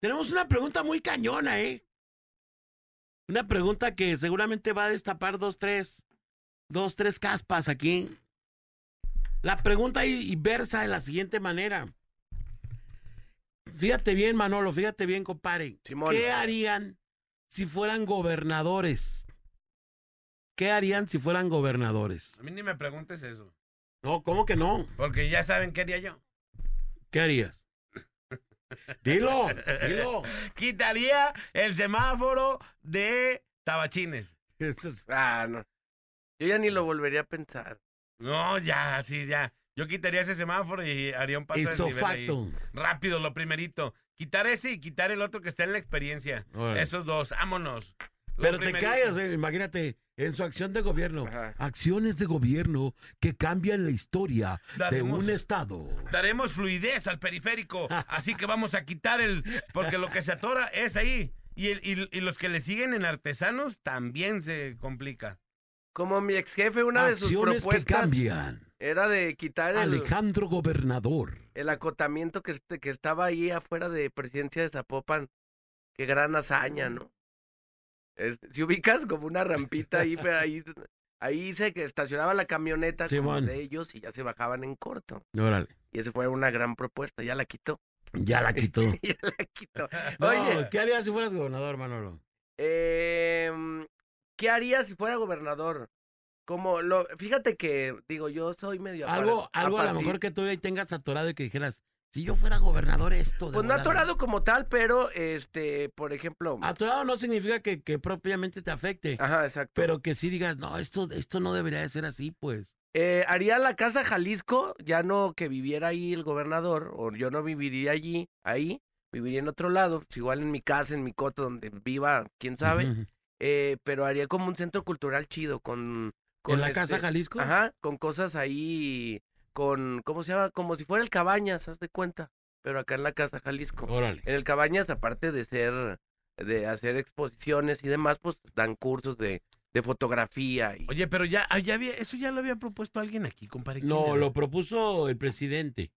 B: tenemos una pregunta muy cañona, ¿eh? Una pregunta que seguramente va a destapar dos, tres, dos, tres caspas aquí. La pregunta y- y versa de la siguiente manera. Fíjate bien, Manolo, fíjate bien, compadre.
D: Simón.
B: ¿Qué harían si fueran gobernadores? ¿Qué harían si fueran gobernadores?
C: A mí ni me preguntes eso,
B: No, ¿cómo que no?
C: porque ya saben qué haría yo.
B: ¿Qué harías? Dilo, dilo.
C: Quitaría el semáforo de Tabachines.
B: Eso es-
D: Ah, no. Yo ya ni lo volvería a pensar.
C: No, ya, sí, ya. Yo quitaría ese semáforo y haría un paso de
B: Eso
C: nivel ahí.
B: facto.
C: Rápido, lo primerito. Quitar ese y quitar el otro que está en la experiencia.
B: Órale.
C: Esos dos, vámonos. Lo
B: Pero te
C: primerito.
B: callas, eh, imagínate, en su acción de gobierno.
D: Ajá.
B: Acciones de gobierno que cambian la historia de
C: Daremos-
B: un estado.
C: Daremos fluidez al periférico, así que vamos a quitar el... Porque lo que se atora es ahí. Y, el- y- y los que le siguen en artesanos también se complica.
D: Como mi ex jefe, una de sus
B: Acciones que
D: propuestas
B: cambian.
D: era de quitar el,
B: Alejandro Gobernador.
D: el acotamiento que, este- que estaba ahí afuera de presidencia de Zapopan. Qué gran hazaña, ¿no? Este, si ubicas como una rampita ahí,
B: *laughs*
D: pero ahí, ahí se que estacionaba la camioneta como
B: Simón.
D: de ellos y ya se bajaban en corto.
B: Órale.
D: Y esa fue una gran propuesta, ya la quitó. *laughs*
B: Ya la quitó.
D: Ya la quitó.
B: *laughs* No,
D: Oye,
B: ¿qué harías si fueras gobernador, Manolo?
D: em, ¿qué haría si fuera gobernador? Como lo, fíjate que, digo, yo soy medio
B: Algo,
D: apar-
B: algo a lo
D: aparti-
B: mejor que tú ahí tengas atorado y que dijeras, si yo fuera gobernador esto. de
D: Pues no
B: volada.
D: atorado como tal, pero este, por ejemplo.
B: Atorado no significa que, que propiamente te afecte,
D: Ajá, exacto.
B: pero que sí digas, no, esto, esto no debería de ser así, pues.
D: Eh, haría la casa Jalisco, ya no que viviera ahí el gobernador, o yo no viviría allí, ahí, viviría en otro lado, pues igual en mi casa, en mi coto, donde viva, quién sabe,
B: Ujú.
D: eh, pero haría como un centro cultural chido con... con
B: ¿En la
D: este-
B: Casa Jalisco?
D: Ajá, con cosas ahí, con, ¿cómo se llama? Como si fuera el Cabañas, haz de cuenta, pero acá en la casa Jalisco.
B: Órale.
D: En el Cabañas, aparte de ser, de hacer exposiciones y demás, pues dan cursos de, de fotografía y...
C: Oye, pero ya, ah, ya había, eso ya lo había propuesto alguien aquí, compadre. ¿Quién
B: No,
C: era?
B: lo propuso el presidente.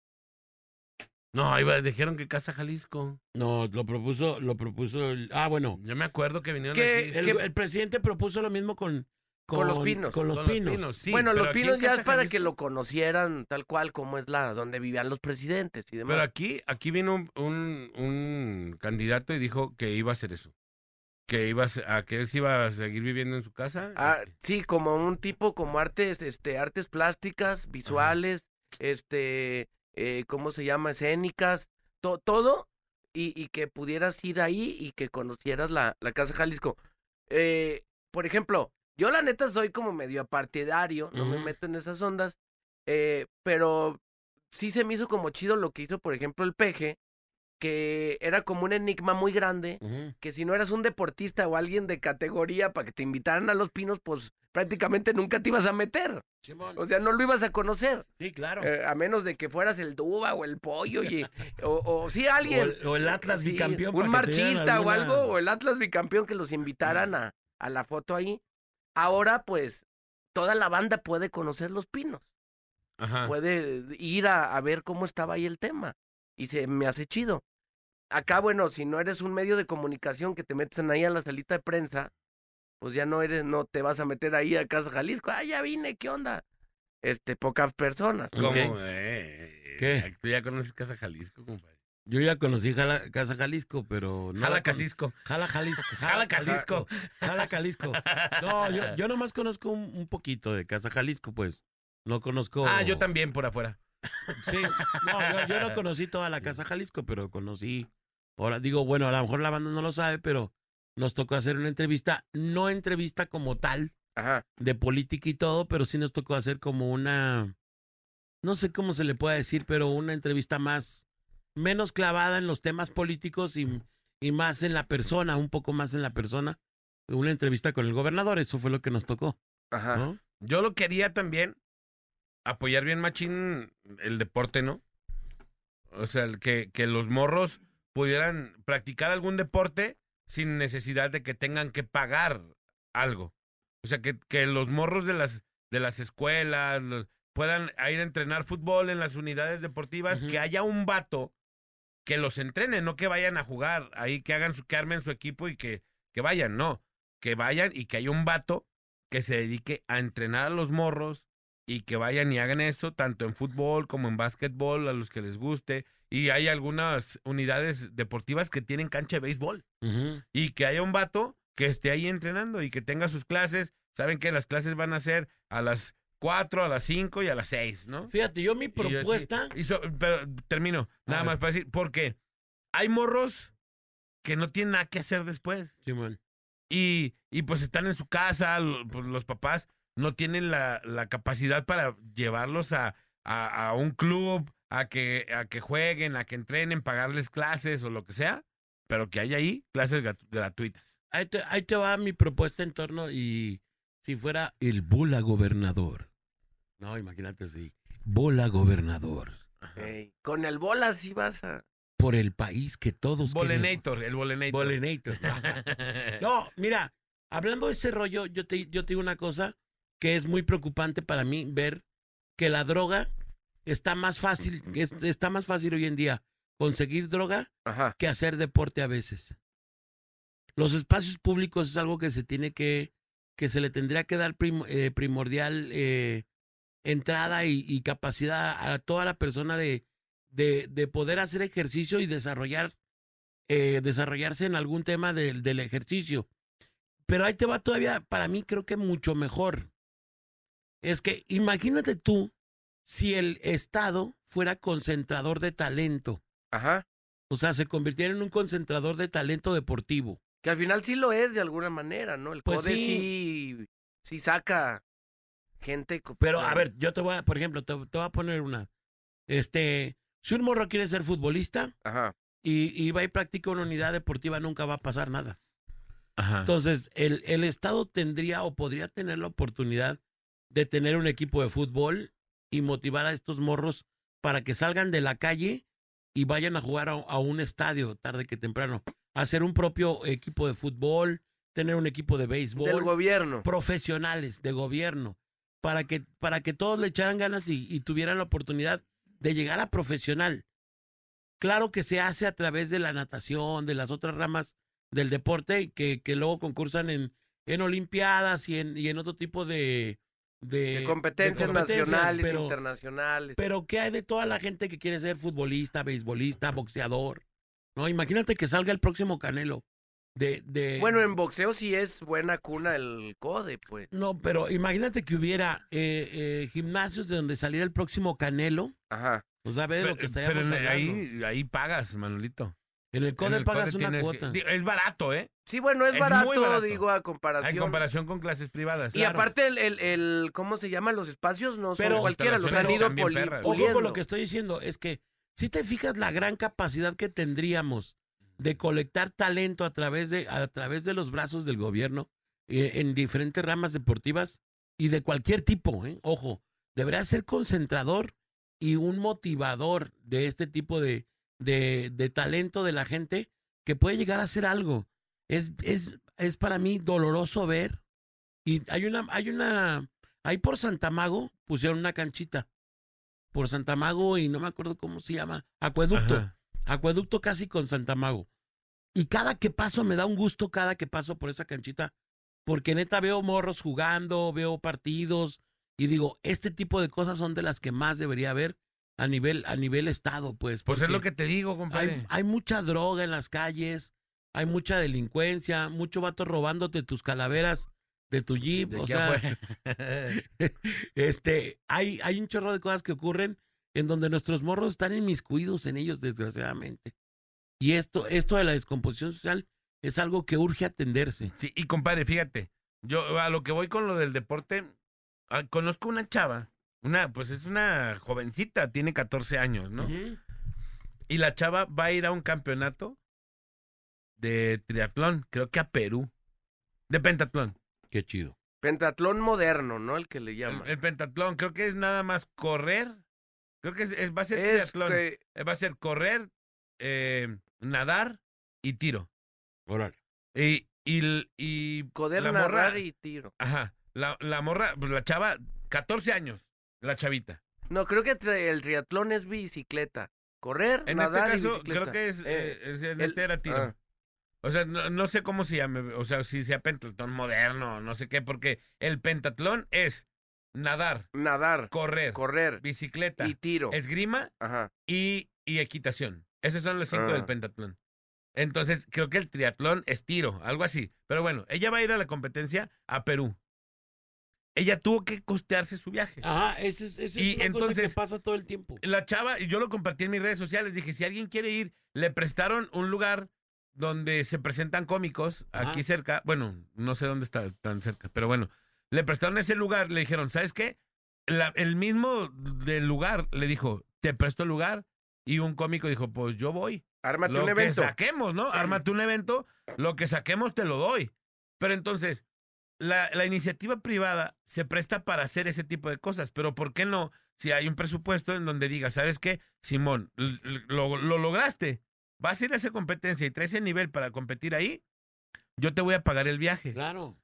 C: No, iba, dijeron que Casa Jalisco.
B: No, lo propuso, lo propuso el- ah, bueno.
C: Yo me acuerdo que vinieron
D: ¿Qué?
C: aquí.
B: El,
D: que-
B: el presidente propuso lo mismo con,
D: Con los pinos.
B: Con los
C: Con
B: pinos.
C: sí,
D: bueno,
C: pero
D: Los
C: aquí en
D: Pinos ya
C: Casa
D: es para
C: Jalisco-
D: que lo conocieran tal cual como es la donde vivían los presidentes y demás.
C: Pero aquí, aquí vino un, un, un candidato y dijo que iba a hacer eso. Que iba a, se- a que él se iba a seguir viviendo en su casa.
D: Ah, sí, como un tipo como artes, este, artes plásticas, visuales, este, eh, ¿cómo se llama? Escénicas, to- todo, y, y que pudieras ir ahí y que conocieras la, la Casa Jalisco. Eh, por ejemplo, yo la neta soy como medio partidario, no me
B: Ujú.
D: meto en esas ondas, eh, pero sí se me hizo como chido lo que hizo, por ejemplo, el peje, que era como un enigma muy grande,
B: Ujú.
D: que si no eras un deportista o alguien de categoría para que te invitaran a los pinos, pues prácticamente nunca te ibas a meter. O sea, no lo ibas a conocer,
B: Sí, claro.
D: eh, a menos de que fueras el Duba o el Pollo,
B: *laughs*
D: y, o, o sí
B: o,
D: alguien.
B: el- o el Atlas
D: Sí,
B: bicampeón.
D: Un
B: para que te dieran
D: marchista o
B: alguna-
D: algo, o el Atlas bicampeón que los invitaran a, a la foto ahí. Ahora, pues, toda la banda puede conocer los pinos,
B: Ah.
C: Ajá.
D: puede ir a, a ver cómo estaba ahí el tema. Y se me hace chido. Acá, bueno, si no eres un medio de comunicación que te meten ahí a la salita de prensa, pues ya no eres, no te vas a meter ahí a Casa Jalisco. Ah, ya vine, ¿qué onda? Este, pocas personas.
C: ¿Cómo?
B: Ok.
C: Eh,
B: ¿Qué?
C: Tú ya conoces Casa Jalisco, compadre.
B: Yo ya conocí Jala- Casa Jalisco, pero no.
C: Jala
B: la con-
C: Casisco.
B: Jala
C: *laughs*
B: Jalisco.
C: Jala Casisco.
B: Jala Jalisco. No, yo, yo nomás conozco un, un poquito de Casa Jalisco, pues. No conozco.
C: Ah, yo también por afuera.
B: Sí, no, yo, yo no conocí toda la Casa Jalisco, pero conocí. Ahora digo, bueno, a lo mejor la banda no lo sabe, pero nos tocó hacer una entrevista, no entrevista como tal,
D: Ajá.
B: de política y todo, pero sí nos tocó hacer como una, no sé cómo se le pueda decir, pero una entrevista más, menos clavada en los temas políticos y, y más en la persona, un poco más en la persona. Una entrevista con el gobernador, eso fue lo que nos tocó.
D: Ajá.
B: ¿no?
C: Yo lo quería también apoyar bien machín el deporte, ¿no? O sea, el que, que los morros pudieran practicar algún deporte sin necesidad de que tengan que pagar algo. O sea, que, que los morros de las, de las escuelas los- puedan a ir a entrenar fútbol en las unidades deportivas,
B: Ujú.
C: que haya un vato que los entrene, no que vayan a jugar ahí, que hagan su, que armen su equipo y que, que vayan, no, que vayan y que haya un vato que se dedique a entrenar a los morros y que vayan y hagan esto, tanto en fútbol como en básquetbol, a los que les guste. Y hay algunas unidades deportivas que tienen cancha de béisbol
B: Ujú.
C: y que haya un vato que esté ahí entrenando y que tenga sus clases. Saben que las clases van a ser a las 4, a las 5 y a las 6, ¿no?
B: Fíjate, yo mi
C: Y así-
B: propuesta...
C: y so- pero termino,
B: A
C: nada
B: ver.
C: más para decir, porque hay morros que no tienen nada que hacer después.
B: Simón.
C: Y, y pues están en su casa, lo- pues, los papás no tienen la, la capacidad para llevarlos a, a- a un club, a que, a que jueguen, a que entrenen, pagarles clases o lo que sea, pero que hay ahí clases gat- gratuitas.
B: Ahí te, ahí te va mi propuesta en torno y si fuera el bola gobernador. No, imagínate sí. Bola gobernador.
D: Ey, Con el bola sí vas a.
B: Por el país que todos
C: Bolenator,
B: queremos.
C: el Bolenator.
B: Bolenator. *laughs* No, mira, hablando de ese rollo, yo te, yo te digo una cosa que es muy preocupante para mí ver que la droga está más fácil, es- está más fácil hoy en día conseguir droga
D: Ajá.
B: que hacer deporte a veces. los espacios públicos es algo que se tiene que, que se le tendría que dar prim- eh, primordial eh, entrada y, y capacidad a toda la persona de, de, de poder hacer ejercicio y desarrollar, eh, desarrollarse en algún tema del, del ejercicio. Pero ahí te va todavía, para mí creo que mucho mejor. Es que imagínate tú si el Estado fuera concentrador de talento.
D: Ajá.
B: O sea, se convirtiera en un concentrador de talento deportivo.
D: Que al final sí lo es de alguna manera, ¿no? El
B: Pues
D: CODE
B: sí.
D: sí. sí, saca gente. co- eh,
B: Pero a ver, yo te voy a, por ejemplo, te, te voy a poner una. Este, si un morro quiere ser futbolista
D: Ajá.
B: y, y va y practica una unidad deportiva, nunca va a pasar nada.
C: Ajá.
B: Entonces, el, el Estado tendría o podría tener la oportunidad de tener un equipo de fútbol y motivar a estos morros para que salgan de la calle y vayan a jugar a, a un estadio tarde que temprano. Hacer un propio equipo de fútbol, tener un equipo de béisbol
D: Del gobierno.
B: profesionales de gobierno para que, para que todos le echaran ganas y, y tuvieran la oportunidad de llegar a profesional. Claro que se hace a través de la natación, de las otras ramas del deporte que, que luego concursan en, en Olimpiadas y en, y en otro tipo de, de,
C: Eh,
D: de competencias,
B: de
D: nacionales,
B: pero-
D: internacionales.
B: pero ¿qué hay de toda la gente que quiere ser futbolista, beisbolista, boxeador? No, imagínate que salga el próximo Canelo de, de
D: bueno, en boxeo sí es buena cuna el CODE, pues.
B: No, pero imagínate que hubiera eh, eh, gimnasios de donde saliera el próximo Canelo.
D: Ajá.
B: O sea, ve de lo que estaríamos
C: pero en-
B: hablando.
C: ahí, ahí pagas, Manolito.
B: en el
C: En
B: CODE
C: el
B: pagas
C: CODE
B: una
C: tienes
B: cuota.
C: que- di- es barato, ¿eh?
D: Sí, bueno, es,
C: Es muy
D: barato,
C: barato.
D: digo, a comparación.
C: En comparación con clases privadas.
D: y aparte, el, el, el- ¿cómo se llaman los espacios? No son
B: Pero-
D: cualquiera, los han
C: Instalaciones
D: ido
C: también
D: poli-
C: perras.
B: Ojo
D: puliendo.
B: con lo que estoy diciendo, es que si te fijas la gran capacidad que tendríamos de colectar talento a través de, a través de los brazos del gobierno eh, en diferentes ramas deportivas y de cualquier tipo, ¿eh? ojo, deberá ser concentrador y un motivador de este tipo de, de, de talento de la gente que puede llegar a hacer algo. Es, es, es para mí doloroso ver. Y hay una, hay una, ahí por Santamago pusieron una canchita por Santamago y no me acuerdo cómo se llama. Acueducto.
C: Ajá.
B: Acueducto casi con Santamago. Y cada que paso me da un gusto cada que paso por esa canchita. Porque neta veo morros jugando, veo partidos. Y digo, este tipo de cosas son de las que más debería haber a nivel, a nivel estado, pues.
C: Pues es
B: porque
C: lo que te digo, compadre.
B: hay, hay mucha droga en las calles, hay mucha delincuencia, mucho vato robándote tus calaveras de tu jeep.
C: De
B: o
C: aquí
B: sea,
C: afuera. *laughs*
B: este, hay, hay un chorro de cosas que ocurren en donde nuestros morros están inmiscuidos en ellos, desgraciadamente. Y esto, esto de la descomposición social es algo que urge atenderse.
C: Sí, y compadre, fíjate, yo a lo que voy con lo del deporte, ah, conozco una chava, una, pues es una jovencita, tiene 14 años, ¿no? Y la chava va a ir a un campeonato de triatlón, creo que a Perú, de pentatlón.
B: Qué chido.
D: Pentatlón moderno, ¿no? El que le
C: El,
D: llaman.
C: el pentatlón, creo que es nada más correr, creo que es- es- va a ser
D: es
C: triatlón,
D: que-
C: eh, va a ser correr, eh, nadar y tiro. Y, y, l- y
D: Coder,
C: la morra-
D: narrar y tiro.
C: Ajá. La, la morra, pues la chava, 14 años, la chavita.
D: No, creo que tra- el triatlón es bicicleta. Correr,
C: En
D: nadar
C: este
D: y
C: caso,
D: bicicleta.
C: creo que es.
D: Eh,
C: eh, es- en
D: el-
C: este era tiro.
D: ah.
C: O sea, no, no sé cómo se llame. O sea, si sea pentatlón moderno, no sé qué, porque el pentatlón es nadar,
D: nadar,
C: correr,
D: correr
C: bicicleta,
D: y tiro.
C: esgrima
D: Ajá.
C: y, y equitación. Esos son los cinco
D: Ah.
C: del pentatlón. Entonces, creo que el triatlón es tiro, algo así. Pero bueno, ella va a ir a la competencia a Perú. Ella tuvo que costearse su viaje.
B: Ajá, ese es, ese es
C: Y
B: una cosa que
C: entonces-
B: pasa todo el tiempo.
C: la chava, y yo lo compartí en mis redes sociales, dije, si alguien quiere ir, le prestaron un lugar donde se presentan cómicos,
B: Ajá.
C: aquí cerca, bueno, no sé dónde está tan cerca, pero bueno, le prestaron ese lugar, le dijeron, ¿sabes qué? La- el mismo del lugar le dijo, te presto el lugar, y un cómico dijo, pues yo voy.
D: Ármate
C: lo
D: un
C: que
D: evento.
C: saquemos, ¿no? Ármate un evento, lo que saquemos te lo doy. Pero entonces, la, la iniciativa privada se presta para hacer ese tipo de cosas, pero ¿por qué no? Si hay un presupuesto en donde diga, ¿sabes qué? Simón, l- l- lo, lo lograste, vas a ir a esa competencia y traes el nivel para competir ahí, yo te voy a pagar el viaje.
B: Claro.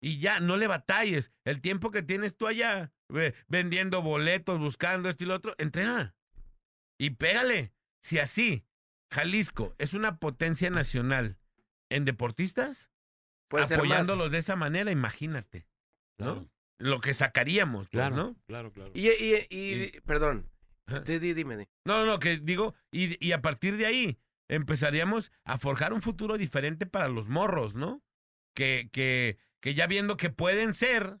C: Y ya, no le batalles. El tiempo que tienes tú allá ve- vendiendo boletos, buscando esto y lo otro, entrena. Y pégale. Si así, Jalisco es una potencia nacional en deportistas,
D: Puede ser más.
C: apoyándolos de esa manera, imagínate, ¿no?
B: Claro,
C: Lo que sacaríamos, pues,
B: claro,
C: ¿no?
B: claro, claro.
D: Y, y- y- perdón.
C: Ajá.
D: Sí, di- dime. di.
C: No, no, que digo, y, y a partir de ahí empezaríamos a forjar un futuro diferente para los morros, ¿no? Que, que, que ya viendo que pueden ser,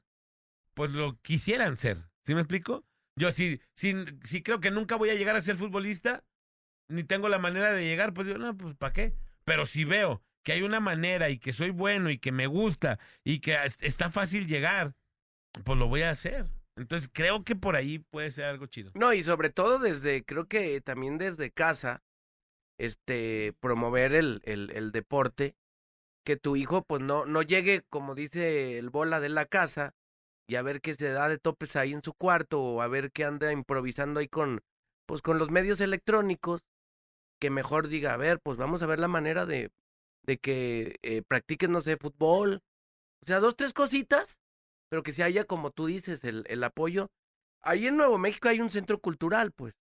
C: pues lo quisieran ser. ¿Sí me explico? Yo sí, sí, sí creo que nunca voy a llegar a ser futbolista, ni tengo la manera de llegar, pues digo, no, pues ¿para qué? Pero si veo que hay una manera y que soy bueno y que me gusta y que es- está fácil llegar, pues lo voy a hacer. Entonces creo que por ahí puede ser algo chido.
D: No, y sobre todo desde, creo que también desde casa, este, promover el, el, el deporte, que tu hijo pues no, no llegue, como dice el bola de la casa, y a ver qué se da de topes ahí en su cuarto, o a ver qué anda improvisando ahí con, pues con los medios electrónicos, que mejor diga, a ver, pues vamos a ver la manera de, de que eh, practiques, no sé, fútbol, o sea, dos, tres cositas, pero que se haya, como tú dices, el, el apoyo ahí en Nuevo México hay un centro cultural, pues,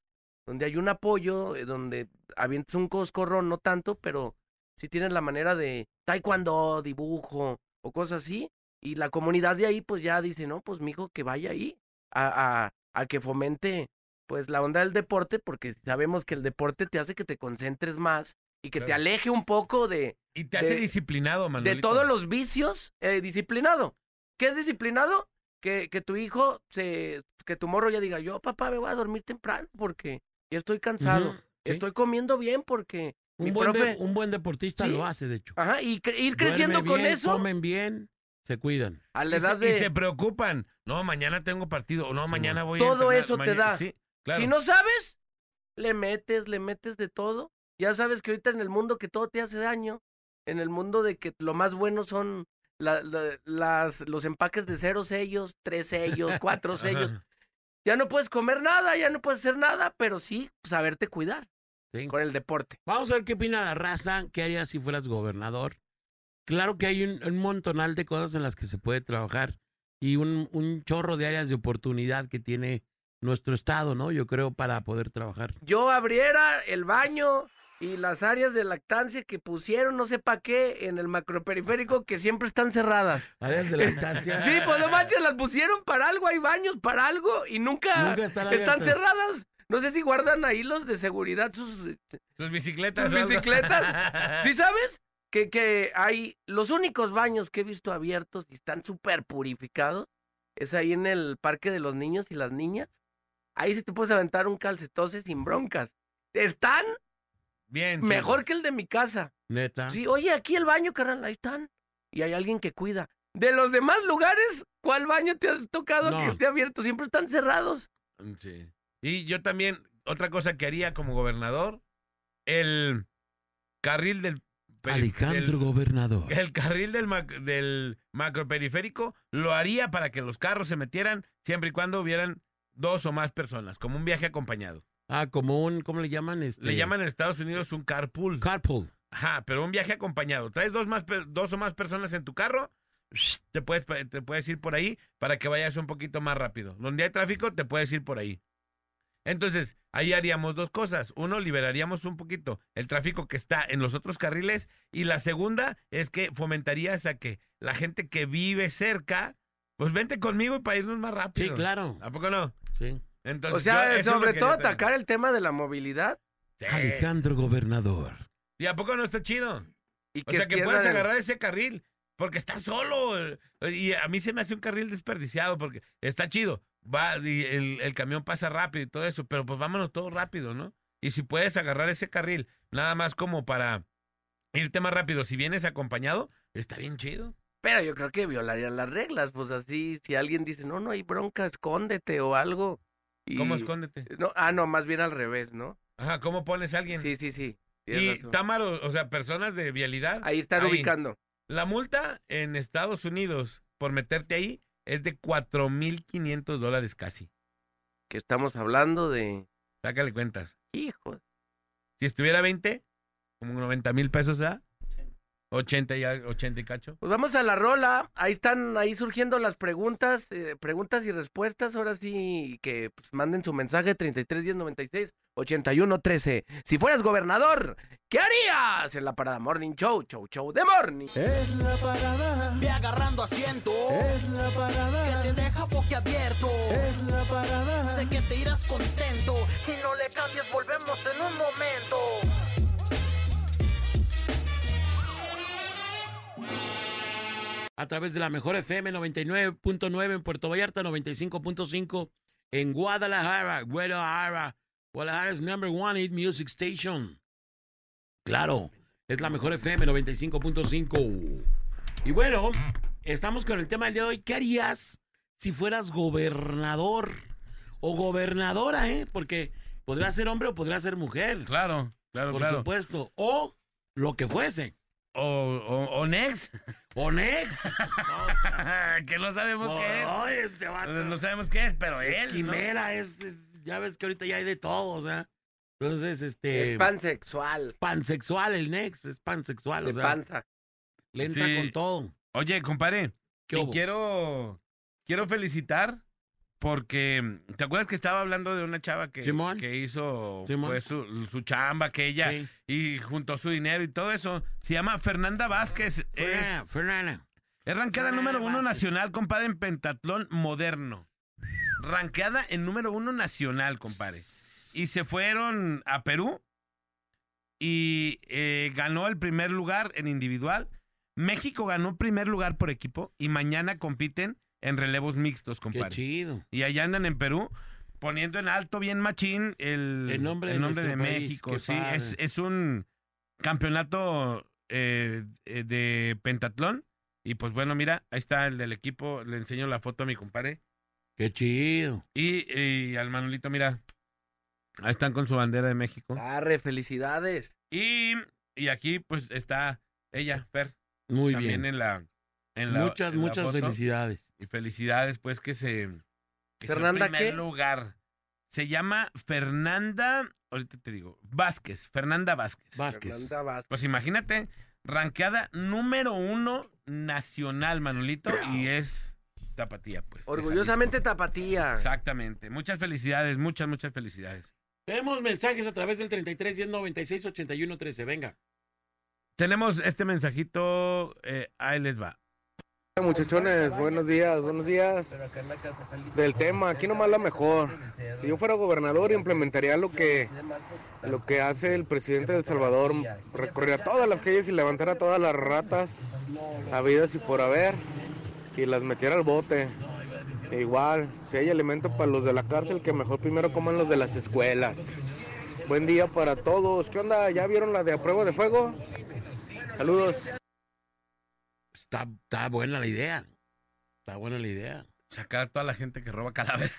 D: donde hay un apoyo, eh, donde avientas un coscorrón, no tanto, pero si tienes la manera de taekwondo, dibujo o cosas así, y la comunidad de ahí pues ya dice, no, pues mijo, que vaya ahí a, a, a que fomente pues la onda del deporte, porque sabemos que el deporte te hace que te concentres más y que te
C: Claro.
D: aleje un poco de,
C: Y te hace
D: de-
C: disciplinado, Manuel.
D: de todos los vicios, eh, disciplinado. ¿Qué es disciplinado? Que, que tu hijo, se, que tu morro ya diga, yo papá me voy a dormir temprano porque ya estoy cansado,
B: Ujú, sí.
D: estoy comiendo bien porque... mi
B: Un buen, de-
D: profe-
B: un buen deportista
D: Sí.
B: lo hace, de hecho.
D: Ajá, y cre- ir
B: Duerme
D: creciendo con
B: bien,
D: eso
B: Comen bien, se cuidan.
D: a la
C: y,
D: edad
C: se,
D: de...
C: y se preocupan. No, mañana tengo partido. O no,
B: Sí,
C: mañana
B: man.
C: voy a.
D: Todo
C: entrenar,
D: eso te
C: maña-
D: da.
C: Sí, claro.
D: Si no sabes, le metes, le metes de todo. Ya sabes que ahorita en el mundo que todo te hace daño, en el mundo de que lo más bueno son la- la- las, los empaques de cero sellos, tres
C: *laughs*
D: sellos, cuatro
C: Ajá.
D: sellos. Ya no puedes comer nada, ya no puedes hacer nada, pero sí pues, saberte cuidar
B: Sí.
D: con el deporte.
B: Vamos a ver qué opina la raza, qué harías si fueras gobernador. Claro que hay un, un montonal de cosas en las que se puede trabajar y un, un chorro de áreas de oportunidad que tiene nuestro estado, ¿no? Yo creo para poder trabajar.
D: Yo abriera el baño y las áreas de lactancia que pusieron, no sé para qué, en el macroperiférico que siempre están cerradas.
B: Áreas de lactancia.
D: Sí, pues no manches, las pusieron para algo, hay baños para algo y nunca,
B: Nunca ah, están
D: están
B: abiertas.
D: cerradas. No sé si guardan ahí los de seguridad sus... eh,
C: Sus bicicletas.
D: Sus
C: ¿no? Ah. *laughs*
D: bicicletas. ¿Sí sabes? Que, que hay los únicos baños que he visto abiertos y están súper purificados. Es ahí en el parque de los niños y las niñas. Ahí sí te puedes aventar un calcetose sin broncas. Están
C: Bien.
D: mejor
C: chidos.
D: que el de mi casa.
C: Ah.
B: Neta.
D: Sí, oye, aquí el baño, carnal, ahí están. Y hay alguien que cuida. De los demás lugares, ¿cuál baño te has tocado que
B: No.
D: esté abierto? Siempre están cerrados.
C: Sí. Y yo también, otra cosa que haría como gobernador, el carril del. peri-
B: Alicantro
C: del-
B: gobernador. *laughs*
C: el carril del, mac- del macroperiférico lo haría para que los carros se metieran siempre y cuando hubieran dos o más personas, como un viaje acompañado.
B: Ah, como un, ¿cómo le llaman? Este?
C: Le llaman en Estados Unidos un carpool.
B: carpool.
C: Ajá, pero un viaje acompañado. Traes dos, más, per- dos o más personas en tu carro, te puedes, pa- te puedes ir por ahí para que vayas un poquito más rápido. Donde hay tráfico, te puedes ir por ahí. Entonces, ahí haríamos dos cosas. Uno, liberaríamos un poquito el tráfico que está en los otros carriles. Y la segunda es que fomentarías a que la gente que vive cerca, pues vente conmigo y para irnos más rápido.
B: Sí, claro.
C: ¿A poco no?
B: Ah, Sí.
C: Entonces,
D: o sea,
C: yo- eso es lo
D: sobre
C: que
D: todo
C: yo tengo.
D: atacar el tema de la movilidad.
C: Sí.
B: Alejandro gobernador.
C: ¿Y a poco no está chido?
D: Y
C: O sea, que
D: pierdan
C: puedas
D: el-
C: agarrar ese carril, porque está solo. eh, Y a mí se me hace un carril desperdiciado, porque está chido. Va, y el, el camión pasa rápido y todo eso, pero pues vámonos todo rápido, ¿no? Y si puedes agarrar ese carril, nada más como para irte más rápido, si vienes acompañado, está bien chido.
D: Pero yo creo que violarían las reglas, pues así, si alguien dice, no, no hay bronca, escóndete o algo. y-
C: ¿Cómo escóndete?
D: No, ah, no, más bien al revés, ¿no?
C: Ajá, ¿cómo pones a alguien?
D: Sí, sí, sí. tienes
C: y
D: razón.
C: támaros, o sea, personas de vialidad.
D: Ahí están
C: ahí.
D: ubicando.
C: La multa en Estados Unidos por meterte ahí es de 4.500 dólares casi.
D: Que estamos hablando de...
C: Sácale cuentas.
D: Hijo.
C: Si estuviera 20, como 90 mil pesos, ¿ah? 80 y, al- 80 y cacho.
D: Pues vamos a la rola. Ahí están, ahí surgiendo las preguntas, eh, preguntas y respuestas. Ahora sí que pues, manden su mensaje 33 10 96 81 13. Si fueras gobernador, ¿qué harías en la parada Morning Show? Show, show de morning.
A: Es la parada,
H: Ve agarrando asiento.
A: es la
H: Que
A: parada,
H: te deja boquiabierto.
A: es la parada.
H: Sé que te irás contento. Y no le cambies, volvemos en un momento.
B: a través de la mejor FM 99.9 en Puerto Vallarta, 95.5 en Guadalajara, Guadalajara. Guadalajara es number one hit music station. Claro, es la mejor FM 95.5. Y bueno, estamos con el tema del día de hoy. ¿Qué harías si fueras gobernador o gobernadora, eh? Porque podría ser hombre o podría ser mujer,
C: Claro, claro,
B: por
C: claro.
B: supuesto, o lo que fuese.
C: O, o, o Next,
B: O next. No, o sea,
C: *laughs* que no sabemos qué es.
B: no, este vato.
C: No sabemos qué es, pero
B: Es
C: él. ¿no?
B: quimera, es, es- ya ves que ahorita ya hay de todo, o sea. Entonces, este.
D: Es pansexual.
B: pansexual, el Next es pansexual,
D: De
B: o sea,
D: panza.
B: le entra
C: Sí.
B: con todo.
C: Oye, compadre,
B: ¿Qué
C: y
B: hubo?
C: quiero, quiero felicitar porque, ¿te acuerdas que estaba hablando de una chava que,
B: Simón.
C: que hizo
B: Simón.
C: pues, su, su chamba, que ella,
B: Sí.
C: y juntó su dinero y todo eso? Se llama Fernanda Vázquez. Es,
B: Fernanda, Fernanda.
C: es ranqueada
B: Fernanda
C: número uno
B: Vázquez.
C: nacional, compadre, en pentatlón moderno. Ranqueada en número uno nacional, compadre. Y se fueron a Perú y eh, ganó el primer lugar en individual. México ganó primer lugar por equipo y mañana compiten en relevos mixtos,
B: Qué
C: compadre.
B: chido.
C: Y allá andan en Perú poniendo en alto bien machín el,
B: El nombre de
C: de
B: nuestro país,
C: México.
B: qué
C: sí, es,
B: padre.
C: es un campeonato eh, eh, de pentatlón. Y pues bueno, mira, ahí está el del equipo. Le enseño la foto a mi compadre.
B: Qué chido.
C: Y, y al Manolito, mira. Ahí están con su bandera de México.
D: Arre, felicidades.
C: Y, y aquí, pues, está ella, Fer,
B: Muy
C: también
B: bien.
C: en la, en la-
B: muchas,
C: en la
B: muchas
C: foto.
B: felicidades.
C: Y felicidades, pues, que se. Que sea
D: ¿Fernanda
C: primer
D: qué?
C: lugar. Se llama Fernanda, ahorita te digo, Vázquez, Fernanda Vázquez.
B: Vázquez.
D: Fernanda Vázquez.
C: Pues imagínate, ranqueada número uno nacional, Manolito, y es tapatía, pues. de
D: Orgullosamente
C: Jalisco.
D: tapatía.
C: Exactamente. Muchas felicidades, muchas, muchas felicidades.
B: Tenemos mensajes a través del 33 10 96 81 13. Venga.
C: Tenemos este mensajito, eh, ahí les va.
E: Muchachones, buenos días, buenos días. Del tema, aquí nomás la mejor. Si yo fuera gobernador, implementaría lo que, lo que hace el presidente de El Salvador. Recorría todas las calles y levantara todas las ratas, habidas y por haber, y las metiera al bote. E igual, si hay alimento para los de la cárcel, que mejor primero coman los de las escuelas. Buen día para todos. ¿Qué onda? ¿Ya vieron la de a prueba de fuego? Saludos.
B: Está, está buena la idea. Está buena la
C: *laughs*
B: idea.
C: Sacar a toda la gente que roba calaveras.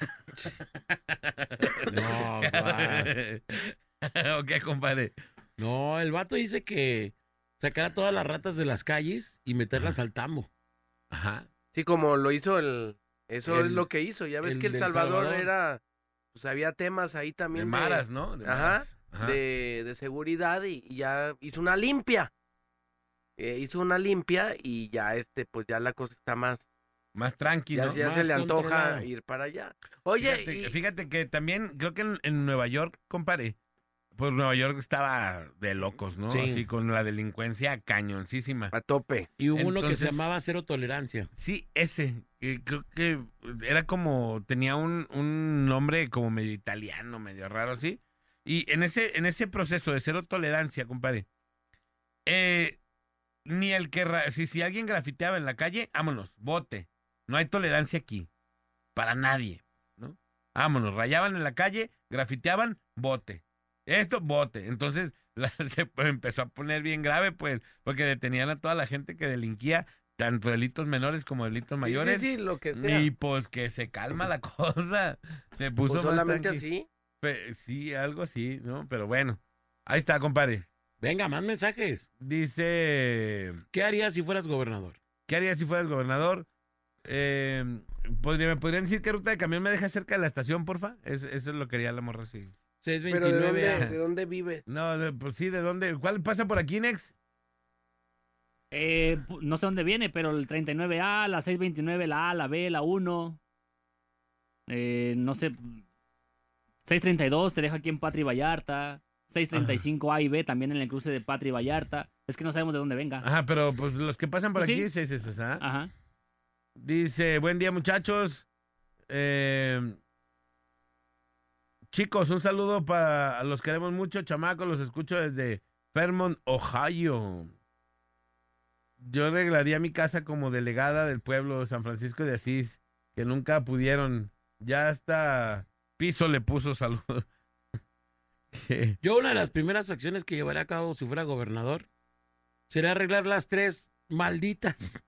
D: Oh,
B: No, va.
C: *laughs* ok, compadre.
B: no, el vato dice que sacar a todas las ratas de las calles y meterlas al tambo.
C: Ajá.
D: Sí, como lo hizo el. Eso es
B: El-
D: lo que hizo. Ya ves
B: el
D: que El
B: del
D: Salvador,
B: Salvador.
D: era. Pues había temas ahí también.
C: De
D: de-
C: maras, ¿no? De
D: Ajá,
C: maras. Ajá.
D: de, de seguridad y, y ya hizo una limpia. Eh, hizo una limpia y ya este, pues ya la cosa está más,
C: Más tranqui,
D: ya,
C: ¿no?
D: ya se
B: Más
D: le antoja
B: controlado.
D: ir para allá. Oye,
C: fíjate,
D: y-
C: fíjate que también creo que en, en Nueva York, compadre, pues Nueva York estaba de locos, ¿no?
B: Sí.
C: Así con la delincuencia cañoncísima.
D: a tope.
B: Y hubo uno que se
C: Entonces-
B: llamaba Cero Tolerancia.
C: Sí, ese. que creo que era como. Tenía un, un nombre como medio italiano, medio raro, así. Y en ese, en ese proceso de cero tolerancia, compadre. eh, ni el que. ra- Si, si alguien grafiteaba en la calle, vámonos, bote. No hay tolerancia aquí. Para nadie, ¿no? Vámonos, rayaban en la calle, grafiteaban, bote. Esto, bote. Entonces *laughs* la- se pues, empezó a poner bien grave, pues, porque detenían a toda la gente que delinquía, tanto delitos menores como delitos
D: Sí,
C: mayores.
D: Sí, sí, lo que sea.
C: Y pues que se calma la cosa. Se
D: Pues
C: puso más
D: solamente
C: tranqui.
D: así.
C: Pe- sí, algo así, ¿no? Pero bueno. Ahí está, compadre.
B: Venga, más mensajes.
C: Dice,
B: ¿Qué harías si fueras gobernador?
C: ¿qué haría si fueras gobernador? Eh, ¿podría- ¿Me podrían decir qué ruta de camión me deja cerca de la estación, porfa? Es- eso es lo que quería la morra, sí.
D: Pero ¿de
B: 629
D: dónde,
B: a-
D: de dónde vive?
C: No, de- pues sí, ¿de dónde? ¿Cuál pasa por aquí, Nex?
F: Eh, pu- no sé dónde viene, pero el 39A, la 629, la A, la B, la 1. Eh, no sé. 632 te deja aquí en Patri Vallarta. 635 A y B también en el cruce de Patri Vallarta. Es que no sabemos de dónde venga.
C: Ajá, pero pues los que pasan por
F: Pues
C: aquí,
F: sí.
C: sí, sí, sí, sí, ¿ah?
F: Ajá.
C: Dice, buen día muchachos. Eh, chicos, un saludo para los queremos mucho, chamacos, los escucho desde Fairmont, Ohio. Yo arreglaría mi casa como delegada del pueblo San Francisco de Asís, que nunca pudieron. Ya hasta piso le puso saludos.
B: Yo una de las primeras acciones que llevaré a cabo si fuera gobernador será arreglar las tres malditas.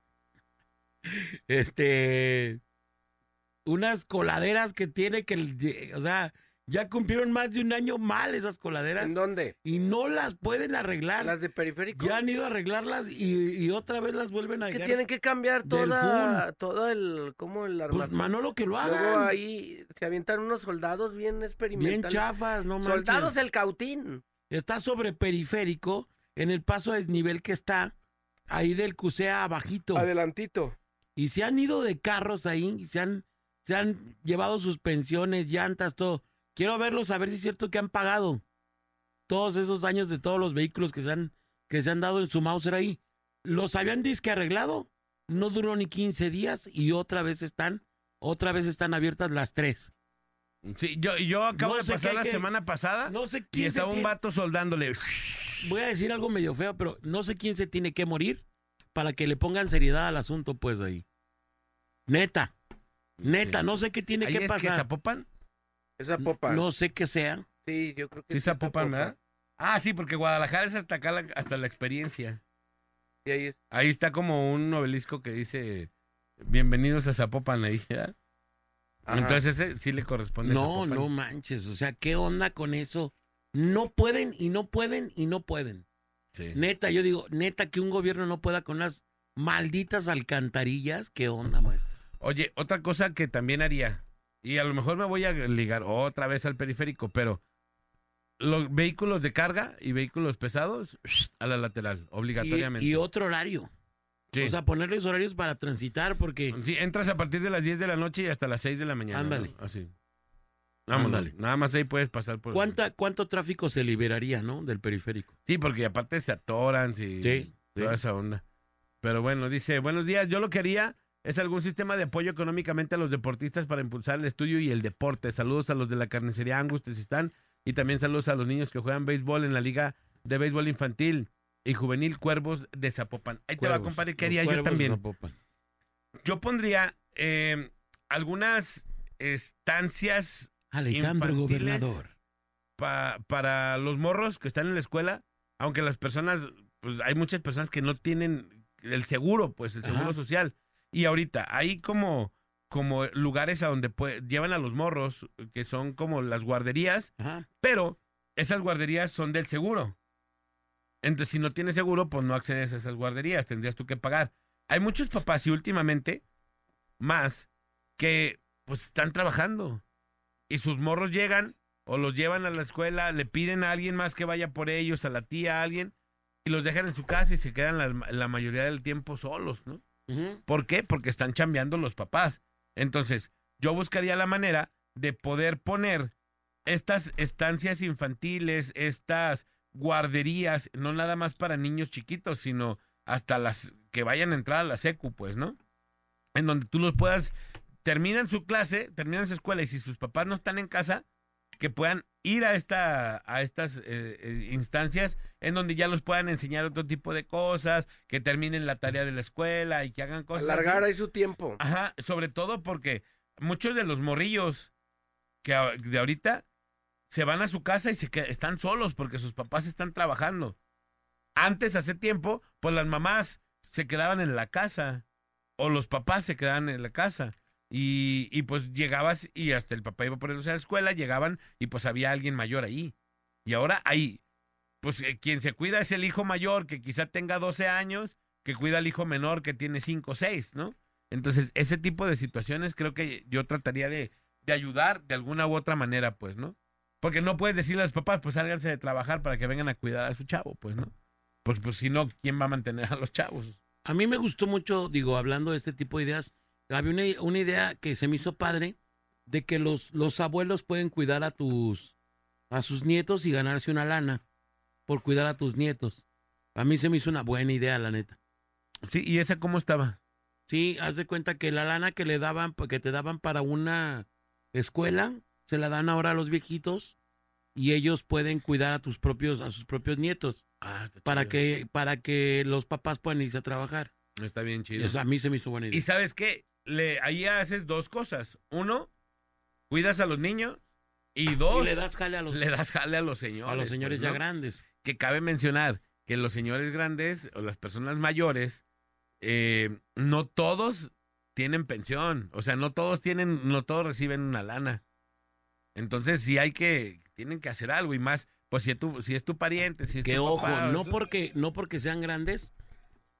B: *laughs* Este, unas coladeras que tiene que, o sea, ya cumplieron más de un año mal esas coladeras
D: ¿En dónde?
B: y no las pueden arreglar.
D: ¿Las de periférico?
B: Ya han ido a arreglarlas y, y otra vez las vuelven a
D: Es que
B: dejar.
D: tienen que cambiar
B: Del
D: toda, todo el, como el
B: Pues,
D: armazón.
B: Manolo que lo
D: Luego
B: hagan.
D: ahí se avientan unos soldados bien
B: Bien
D: experimentales.
B: chafas, no manches.
D: soldados del cautín.
B: está sobre periférico, en el paso a desnivel que está, ahí del Cusea abajito.
D: Adelantito.
B: Y se han ido de carros ahí, y se han, se han llevado suspensiones, llantas, todo. Quiero verlos, a ver si es cierto que han pagado todos esos años de todos los vehículos que se han, que se han dado en su Mauser ahí. Los habían disque arreglado, no duró ni 15 días y otra vez están, otra vez están abiertas las tres.
C: *laughs* Sí, yo, yo acabo
B: No
C: de
B: sé
C: pasar
B: qué-
C: la
B: qué-
C: semana pasada
B: No sé
C: y
B: quién se
C: estaba un
B: tiene-
C: vato soldándole. *laughs*
B: voy a decir algo medio feo, pero no sé quién se tiene que morir para que le pongan seriedad al asunto, pues ahí. Neta, neta, no sé qué tiene
C: Ahí
B: que
C: es que
B: pasar.
C: Zapopan?
D: Esa popa.
B: no sé qué sea.
D: Sí, yo creo que
C: Sí,
D: es
C: Zapopan,
D: Zapopan.
C: ¿verdad? Ah, sí, porque Guadalajara es hasta acá, la- hasta la experiencia.
D: Y ahí es-
C: Ahí está como un obelisco que dice, bienvenidos a Zapopan ahí, ¿verdad?
D: Ajá.
C: Entonces ese sí le corresponde a
B: No,
C: Zapopan.
B: no manches. O sea, ¿qué onda con eso? No pueden y no pueden y no pueden.
C: Sí.
B: Neta, yo digo, neta, que un gobierno no pueda con las malditas alcantarillas. ¿Qué onda, maestro?
C: Oye, otra cosa que también haría, y a lo mejor me voy a ligar otra vez al periférico, pero los vehículos de carga y vehículos pesados a la lateral, obligatoriamente.
B: Y, y otro horario.
C: Sí.
B: O sea, ponerles horarios para transitar porque...
C: Sí, entras a partir de las 10 de la noche y hasta las 6 de la mañana. ¿no?
B: Ándale.
C: Así. Vámonos.
B: Ándale.
C: Nada más ahí puedes pasar por...
B: ¿cuánta, ¿Cuánto tráfico se liberaría, no? Del periférico.
C: Sí, porque aparte se atoran, sí,
B: Sí,
C: toda
B: sí.
C: esa onda. Pero bueno, dice, buenos días, yo lo que haría es algún sistema de apoyo económicamente a los deportistas para impulsar el estudio y el deporte. Saludos a los de la carnicería Angus Tezistán y también saludos a los niños que juegan béisbol en la Liga de Béisbol Infantil y Juvenil Cuervos de Zapopan. Ahí te va,
B: Cuervos,
C: compadre, ¿qué
B: los
C: haría yo
B: cuervos de
C: también?
B: Zapopan.
C: Yo pondría eh, algunas estancias
B: Alejandro
C: Infantiles.
B: Gobernador.
C: pa- para los morros que están en la escuela, aunque las personas, pues hay muchas personas que no tienen el seguro, pues el seguro
B: Ajá.
C: social. Y ahorita hay como, como lugares a donde pue- llevan a los morros, que son como las guarderías,
B: Ajá.
C: pero esas guarderías son del seguro. Entonces, si no tienes seguro, pues no accedes a esas guarderías, tendrías tú que pagar. Hay muchos papás y últimamente, más, que pues están trabajando y sus morros llegan o los llevan a la escuela, le piden a alguien más que vaya por ellos, a la tía, a alguien, y los dejan en su casa y se quedan la, la mayoría del tiempo solos, ¿no?
B: Ujú.
C: ¿Por qué? Porque están chambeando los papás. Entonces, yo buscaría la manera de poder poner estas estancias infantiles, estas guarderías, no nada más para niños chiquitos, sino hasta las que vayan a entrar a la secu, pues, ¿no? En donde tú los puedas, terminan su clase, terminan su escuela y si sus papás no están en casa, que puedan ir a, esta, a estas eh, eh, instancias en donde ya los puedan enseñar otro tipo de cosas, que terminen la tarea de la escuela y que hagan cosas. pues, así. Ah,
D: alargar ahí su tiempo.
C: Ajá, sobre todo porque muchos de los morrillos que a- de ahorita se van a su casa y se que- están solos porque sus papás están trabajando. Antes, hace tiempo, pues las mamás se quedaban en la casa o los papás se quedaban en la casa. Y, y pues llegabas y hasta el papá iba por ellos a la escuela, llegaban y pues había alguien mayor ahí. Y ahora ahí, pues eh, quien se cuida es el hijo mayor que quizá tenga 12 años, que cuida al hijo menor que tiene 5 o 6, ¿no? Entonces, ese tipo de situaciones creo que yo trataría de, de ayudar de alguna u otra manera, pues, ¿no? Porque no puedes decirle a los papás, pues sálganse de trabajar para que vengan a cuidar a su chavo, pues, ¿no? Pues, pues si no, ¿quién va a mantener a los chavos?
B: A mí me gustó mucho, digo, hablando de este tipo de ideas, había una, una idea que se me hizo padre de que los, los abuelos pueden cuidar a tus a sus nietos y ganarse una lana por cuidar a tus nietos. A mí se me hizo una buena idea, la neta.
C: Sí, ¿y esa cómo estaba?
B: Sí, haz de cuenta que la lana que le daban, que te daban para una escuela, se la dan ahora a los viejitos y ellos pueden cuidar a tus propios, a sus propios nietos
C: Ah, está
B: para
C: chido.
B: que, para que los papás puedan irse a trabajar.
C: Está bien chido.
B: Eso a mí se me hizo buena idea.
C: Y sabes qué, Le, ahí haces dos cosas. Uno, cuidas a los niños y dos,
B: Ah, Y le das jale a los,
C: le das jale a los señores.
B: a los señores
C: pues,
B: ya
C: ¿no?
B: grandes.
C: Que cabe mencionar que los señores grandes o las personas mayores, eh, no todos tienen pensión. O sea, no todos tienen, no todos reciben una lana. Entonces sí hay que, tienen que hacer algo y más, pues si es tu, si es tu pariente, si es
B: Que
C: tu
B: ojo,
C: papá,
B: no
C: es-
B: porque, no porque sean grandes,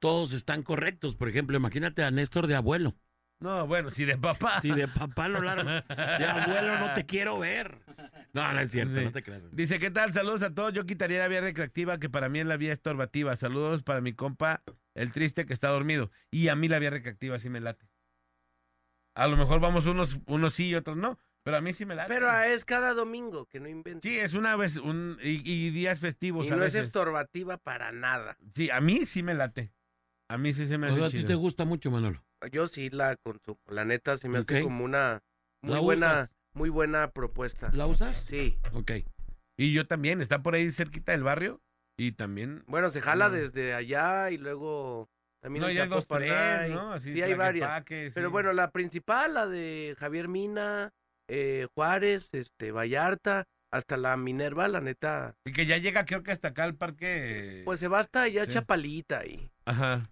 B: todos están correctos. Por ejemplo, imagínate a Néstor de abuelo.
C: No, bueno, si de
B: *laughs*
C: papá.
B: Si de papá no la arma, de abuelo no te quiero ver. No, no es cierto,
C: Sí.
B: no te creas.
C: Dice, ¿qué tal? Saludos a todos. Yo quitaría la vía recreativa, que para mí es la vía estorbativa. Saludos para mi compa, el triste que está dormido. Y a mí la vía recreativa sí me late. A lo mejor vamos unos, unos sí y otros no, pero a mí sí me late.
D: Pero ah, es cada domingo que no inventes.
C: Sí, es una vez, un, y, y días festivos
D: y
C: a
D: no es
C: veces.
D: estorbativa para nada.
C: Sí, a mí sí me late. A mí sí se me
B: O
C: hace
B: sea, a ti
C: chido.
B: te gusta mucho, Manolo.
D: Yo sí la consumo. La neta se me hace
B: Ok.
D: como una muy
B: ¿La
D: buena,
B: usas?
D: muy buena propuesta.
B: ¿La usas?
D: Sí.
B: Ok.
C: Y yo también, está por ahí cerquita del barrio y también...
D: Bueno, se jala
C: No.
D: desde allá y luego también
C: no,
D: en
C: ya hay dos,
D: Zapopan
C: tres,
D: hay-
C: ¿no? Así,
D: sí, hay varias.
C: tlaquepaque,
D: Pero
C: sí.
D: bueno, la principal, la de Javier Mina, eh, Juárez, este, Vallarta, hasta la Minerva, la neta.
C: Y que ya llega creo que hasta acá al parque...
D: Pues se va hasta ya
C: sí.
D: Chapalita ahí.
C: Ajá.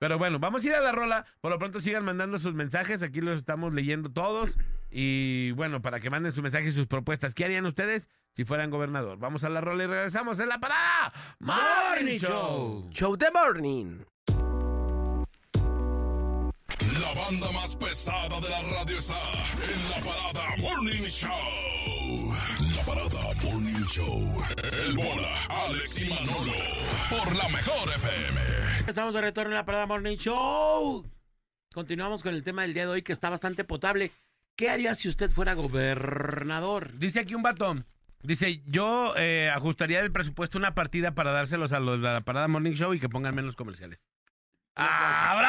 C: Pero bueno, vamos a ir a la rola. Por lo pronto sigan mandando sus mensajes. Aquí los estamos leyendo todos. Y bueno, para que manden sus mensajes y sus propuestas. ¿Qué harían ustedes si fueran gobernador? Vamos a la rola y regresamos en la parada. Morning Show.
D: Show de Morning.
I: La banda más pesada de la radio está en la parada Morning Show. La parada Morning Show. El bola, Alex y Manolo. Por la mejor FM.
B: Estamos de retorno en la parada Morning Show. Continuamos con el tema del día de hoy que está bastante potable. ¿Qué haría si usted fuera gobernador?
C: Dice aquí un batón. Dice, yo eh, ajustaría del presupuesto una partida para dárselos a los de la parada Morning Show y que pongan menos comerciales.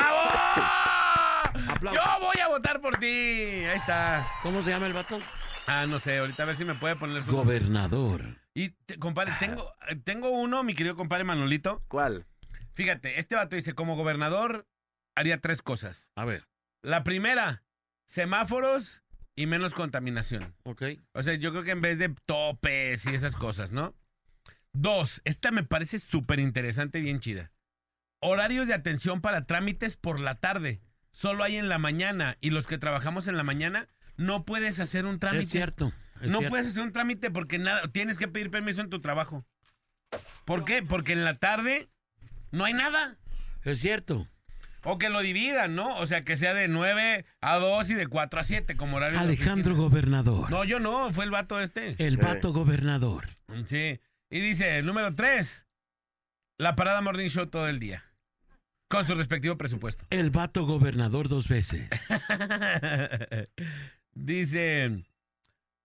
C: ¡Ah, bravo!
B: Aplausos.
C: Yo voy a votar por ti. Ahí está.
B: ¿Cómo se llama el vato?
C: Ah, no sé, ahorita a ver si me puede poner su...
B: Gobernador.
C: Y, te-
B: Ah.
C: compadre, tengo, eh, tengo uno, mi querido compadre Manolito.
D: ¿Cuál?
C: Fíjate, este vato dice, como gobernador, haría tres cosas.
B: A ver,
C: La primera, semáforos y menos contaminación.
B: ok.
C: O sea, yo creo que en vez de topes y esas cosas, ¿no? Dos, esta me parece súper interesante, bien chida. Horarios de atención para trámites por la tarde. Solo hay en la mañana. Y los que trabajamos en la mañana, no puedes hacer un trámite.
B: Es cierto. es
C: no
B: cierto.
C: puedes hacer un trámite porque nada, tienes que pedir permiso en tu trabajo. ¿Por qué? Porque en la tarde no hay nada.
B: Es cierto.
C: O que lo dividan, ¿no? O sea, que sea de 9 a 2 y de 4 a 7 como horario. de
B: Alejandro Eh.
C: oficina.
B: Gobernador.
C: No, yo no, fue el vato este.
B: El vato gobernador.
C: Sí. Y dice, número 3, la parada Morning Show todo el día. Con su respectivo presupuesto.
B: El vato gobernador dos veces.
C: *laughs* dice,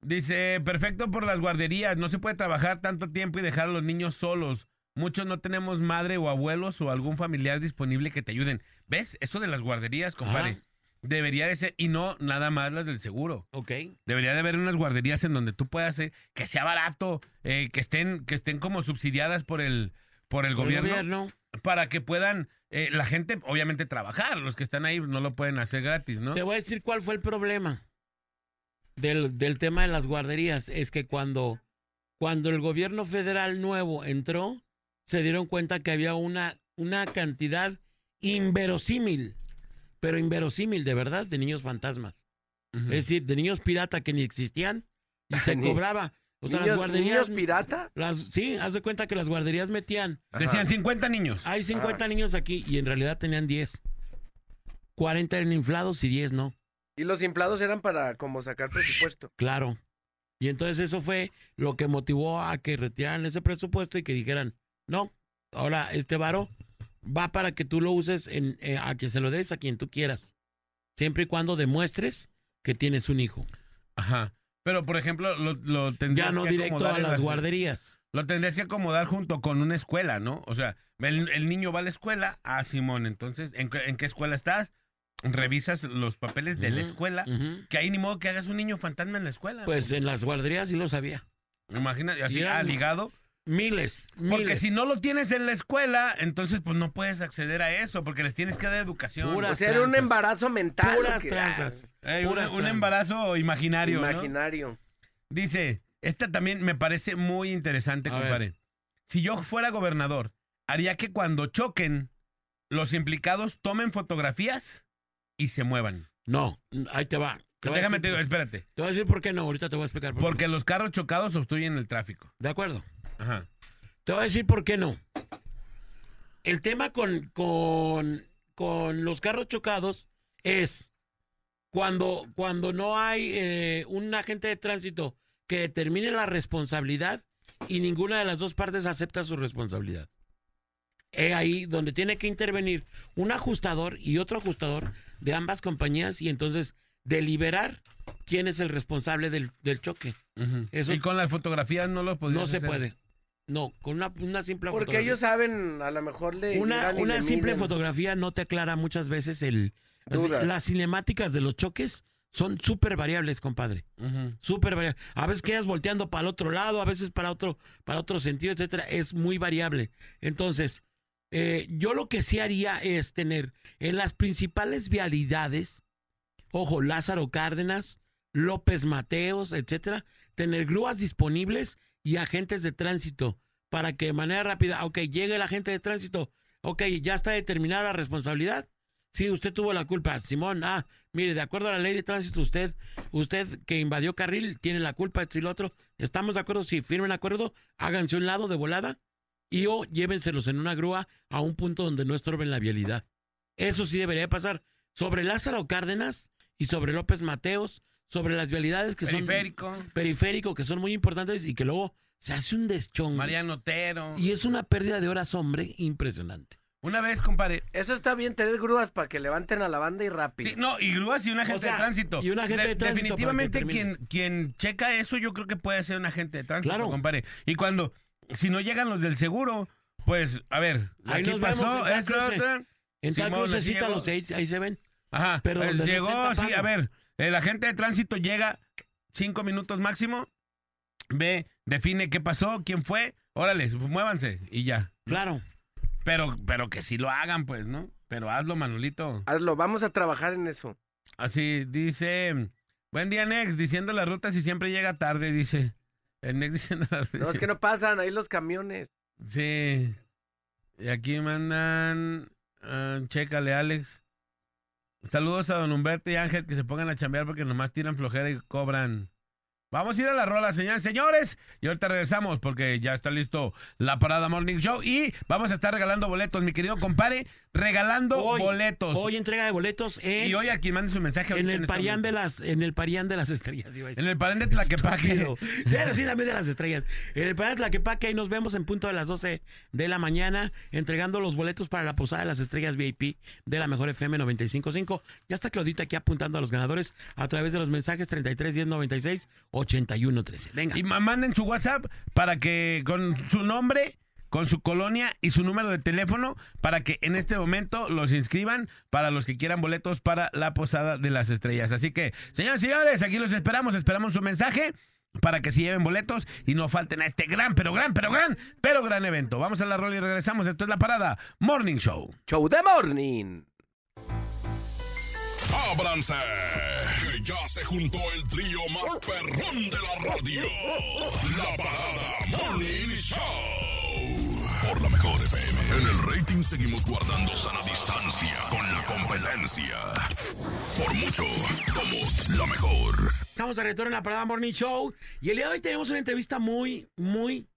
C: dice, perfecto por las guarderías. No se puede trabajar tanto tiempo y dejar a los niños solos. Muchos no tenemos madre o abuelos o algún familiar disponible que te ayuden. ¿Ves? Eso de las guarderías, compadre.
B: Ajá.
C: Debería de ser, y no nada más las del seguro.
B: Ok.
C: Debería de haber unas guarderías en donde tú puedas ir, que sea barato, eh, que estén, que estén como subsidiadas por el, por el gobierno para que puedan eh, la gente, obviamente, trabajar. Los que están ahí no lo pueden hacer gratis, ¿no?
B: Te voy a decir cuál fue el problema del, del tema de las guarderías. Es que cuando, cuando el gobierno federal nuevo entró, se dieron cuenta que había una, una cantidad inverosímil, pero inverosímil de verdad, de niños fantasmas.
C: Ujú.
B: Es decir, de niños pirata que ni existían
C: *laughs*
B: y se
D: Ni-
B: cobraba. O sea, las
D: ¿Niños-
B: guarderías.
D: niños pirata?
B: las- sí, haz de cuenta que las guarderías metían.
C: Decían 50 niños.
B: Hay 50 niños aquí y en realidad tenían 10. 40 eran inflados y 10 no.
D: Y los inflados eran para como sacar presupuesto.
B: Claro. Y entonces eso fue lo que motivó a que retiraran ese presupuesto y que dijeran, no, ahora este varo va para que tú lo uses en, eh, a que se lo des a quien tú quieras. Siempre y cuando demuestres que tienes un hijo.
C: Ajá. Pero, por ejemplo, lo, lo tendrías
B: Ya no
C: que
B: directo
C: acomodar
B: a
C: en
B: las
C: la-
B: guarderías.
C: Lo tendrías que acomodar junto con una escuela, ¿no? O sea, el, el niño va a la escuela. Ah, Simón, entonces, ¿en, qué- en qué escuela estás? Revisas los papeles de la
B: Ujú,
C: escuela.
B: ujú.
C: Que ahí ni modo que hagas un niño fantasma en la escuela.
B: Mm, Pues en las guarderías sí lo sabía.
C: Imagínate, así,
B: y eran-
C: ah, ligado.
B: Miles, miles.
C: Porque si no lo tienes en la escuela, entonces pues no puedes acceder a eso, porque les tienes que dar educación.
B: Puras
D: O sea, era un
B: tranzas.
D: embarazo mental.
B: Puras
D: que-
B: tranzas.
C: Ey, un,
B: puras
C: un
B: tranzas.
C: embarazo
D: ah,
C: imaginario. ¿no?
D: Imaginario.
C: Dice, esta también me parece muy interesante,
B: A ver.
C: compadre. Si yo fuera gobernador, haría que cuando choquen, los implicados tomen fotografías y se muevan.
B: No, ahí te va. Te voy a
C: Déjame, te
B: decir-
C: digo, espérate.
B: te voy a decir por qué no, ahorita te voy a explicar por qué.
C: Porque los carros chocados obstruyen el tráfico.
B: De acuerdo.
C: Ajá.
B: Te voy a decir por qué no. El tema con, con, con los carros chocados es cuando, cuando no hay eh, un agente de tránsito que determine la responsabilidad y ninguna de las dos partes acepta su responsabilidad. Es ahí donde tiene que intervenir un ajustador y otro ajustador de ambas compañías y entonces deliberar quién es el responsable del, del choque.
C: Ujú.
B: Eso-
C: Y con las fotografías no lo podrías
B: No se
C: hacer.
B: puede. No, con una, una simple
D: Porque
B: fotografía.
D: ellos saben, a lo mejor le.
B: Una,
D: llegan y
B: una
D: le
B: simple
D: miden.
B: fotografía no te aclara muchas veces el... o sea,
D: Dudas.
B: Las cinemáticas de los choques son súper variables, compadre.
C: Ujú.
B: Súper variables. A veces quedas volteando para el otro lado, a veces para otro, para otro sentido, etcétera. Es muy variable. Entonces, eh, yo lo que sí haría es tener en las principales vialidades, ojo, Lázaro Cárdenas, López Mateos, etcétera, tener grúas disponibles y agentes de tránsito para que de manera rápida, ok, llegue el agente de tránsito, ok, ya está determinada la responsabilidad. Sí, usted tuvo la culpa, Simón. Ah, mire, de acuerdo a la ley de tránsito, usted, usted que invadió carril tiene la culpa esto y lo otro. Estamos de acuerdo, si firmen acuerdo, háganse un lado de volada y o llévenselos en una grúa a un punto donde no estorben la vialidad. Eso sí debería pasar sobre Lázaro Cárdenas y sobre López Mateos, sobre las vialidades que son
C: Periférico,
B: periférico que son muy importantes y que luego se hace un deschón.
C: Mariano Otero.
B: Y es una pérdida de horas, hombre, impresionante.
C: Una vez, compadre,
D: Eso está bien, tener grúas para que levanten a la banda y rápido.
C: Sí, no, y grúas y un agente
B: sea,
C: de tránsito.
B: y un agente de tránsito
C: Definitivamente
B: para que
C: quien,
B: termine.
C: quien checa eso, yo creo que puede ser un agente de tránsito,
B: Claro.
C: compadre. Y cuando, si no llegan los del seguro, pues, a ver,
B: Ahí
C: aquí
B: nos vemos
C: pasó,
B: en tal
C: esto,
B: cruce.
C: esto.
B: En tal
C: Simón, así
B: crucecita
C: llegó.
B: los seis, ahí se ven.
C: Ajá,
B: Pero
C: pues,
B: donde no
C: llegó,
B: estén
C: sí, a
B: tapando.
C: ver, el agente de tránsito llega cinco minutos máximo, ve, define qué pasó, quién fue, órale, pues, muévanse y ya.
B: Claro.
C: Pero, pero que sí lo hagan, pues, ¿no? Pero hazlo, Manolito.
D: Hazlo, vamos a trabajar en eso.
C: Así dice. Buen día, Nex. Diciendo las rutas y siempre llega tarde, dice. El Nex *laughs* diciendo las rutas.
D: No, es que no pasan, ahí los camiones.
C: Sí. Y aquí mandan. ah, chécale, Alex. Saludos a don Humberto y Ángel que se pongan a chambear porque nomás tiran flojera y cobran. Vamos a ir a la rola, señores, señores. Y ahorita regresamos porque ya está listo la parada Morning Show. Y vamos a estar regalando boletos, mi querido compare. Regalando boletos.
B: Hoy entrega de boletos en,
C: y hoy a quien mande su mensaje.
B: en
C: ahorita
B: el
C: este
B: parián
C: momento.
B: de las, en el parián de las estrellas. iba a decir.
C: En el parén de Tlaquepaque.
B: Pero, pero sí, también de las estrellas. En el Planeta Tlaquepaque, ahí nos vemos en punto de las 12 de la mañana, entregando los boletos para la posada de las estrellas VIP de la mejor FM 955. Ya está Claudita aquí apuntando a los ganadores a través de los mensajes 33 10 96 81 13. Venga.
C: Y ma- manden su WhatsApp para que con su nombre, con su colonia y su número de teléfono, para que en este momento los inscriban para los que quieran boletos para la Posada de las Estrellas. Así que, señores y señores, aquí los esperamos, esperamos su mensaje para que se lleven boletos y no falten a este gran, pero gran, pero gran, pero gran evento. Vamos a la rola y regresamos. Esto es La Parada Morning Show.
D: Show de
B: *laughs*
D: morning.
I: ¡Ábranse! Que ya se juntó el trío más perrón de la radio. La Parada Morning Show. Por la mejor FM. En el rating seguimos guardando sana distancia con la competencia. Por mucho, somos la mejor.
B: Estamos de retorno en la Parada Morning Show. Y el día de hoy tenemos una entrevista muy, muy,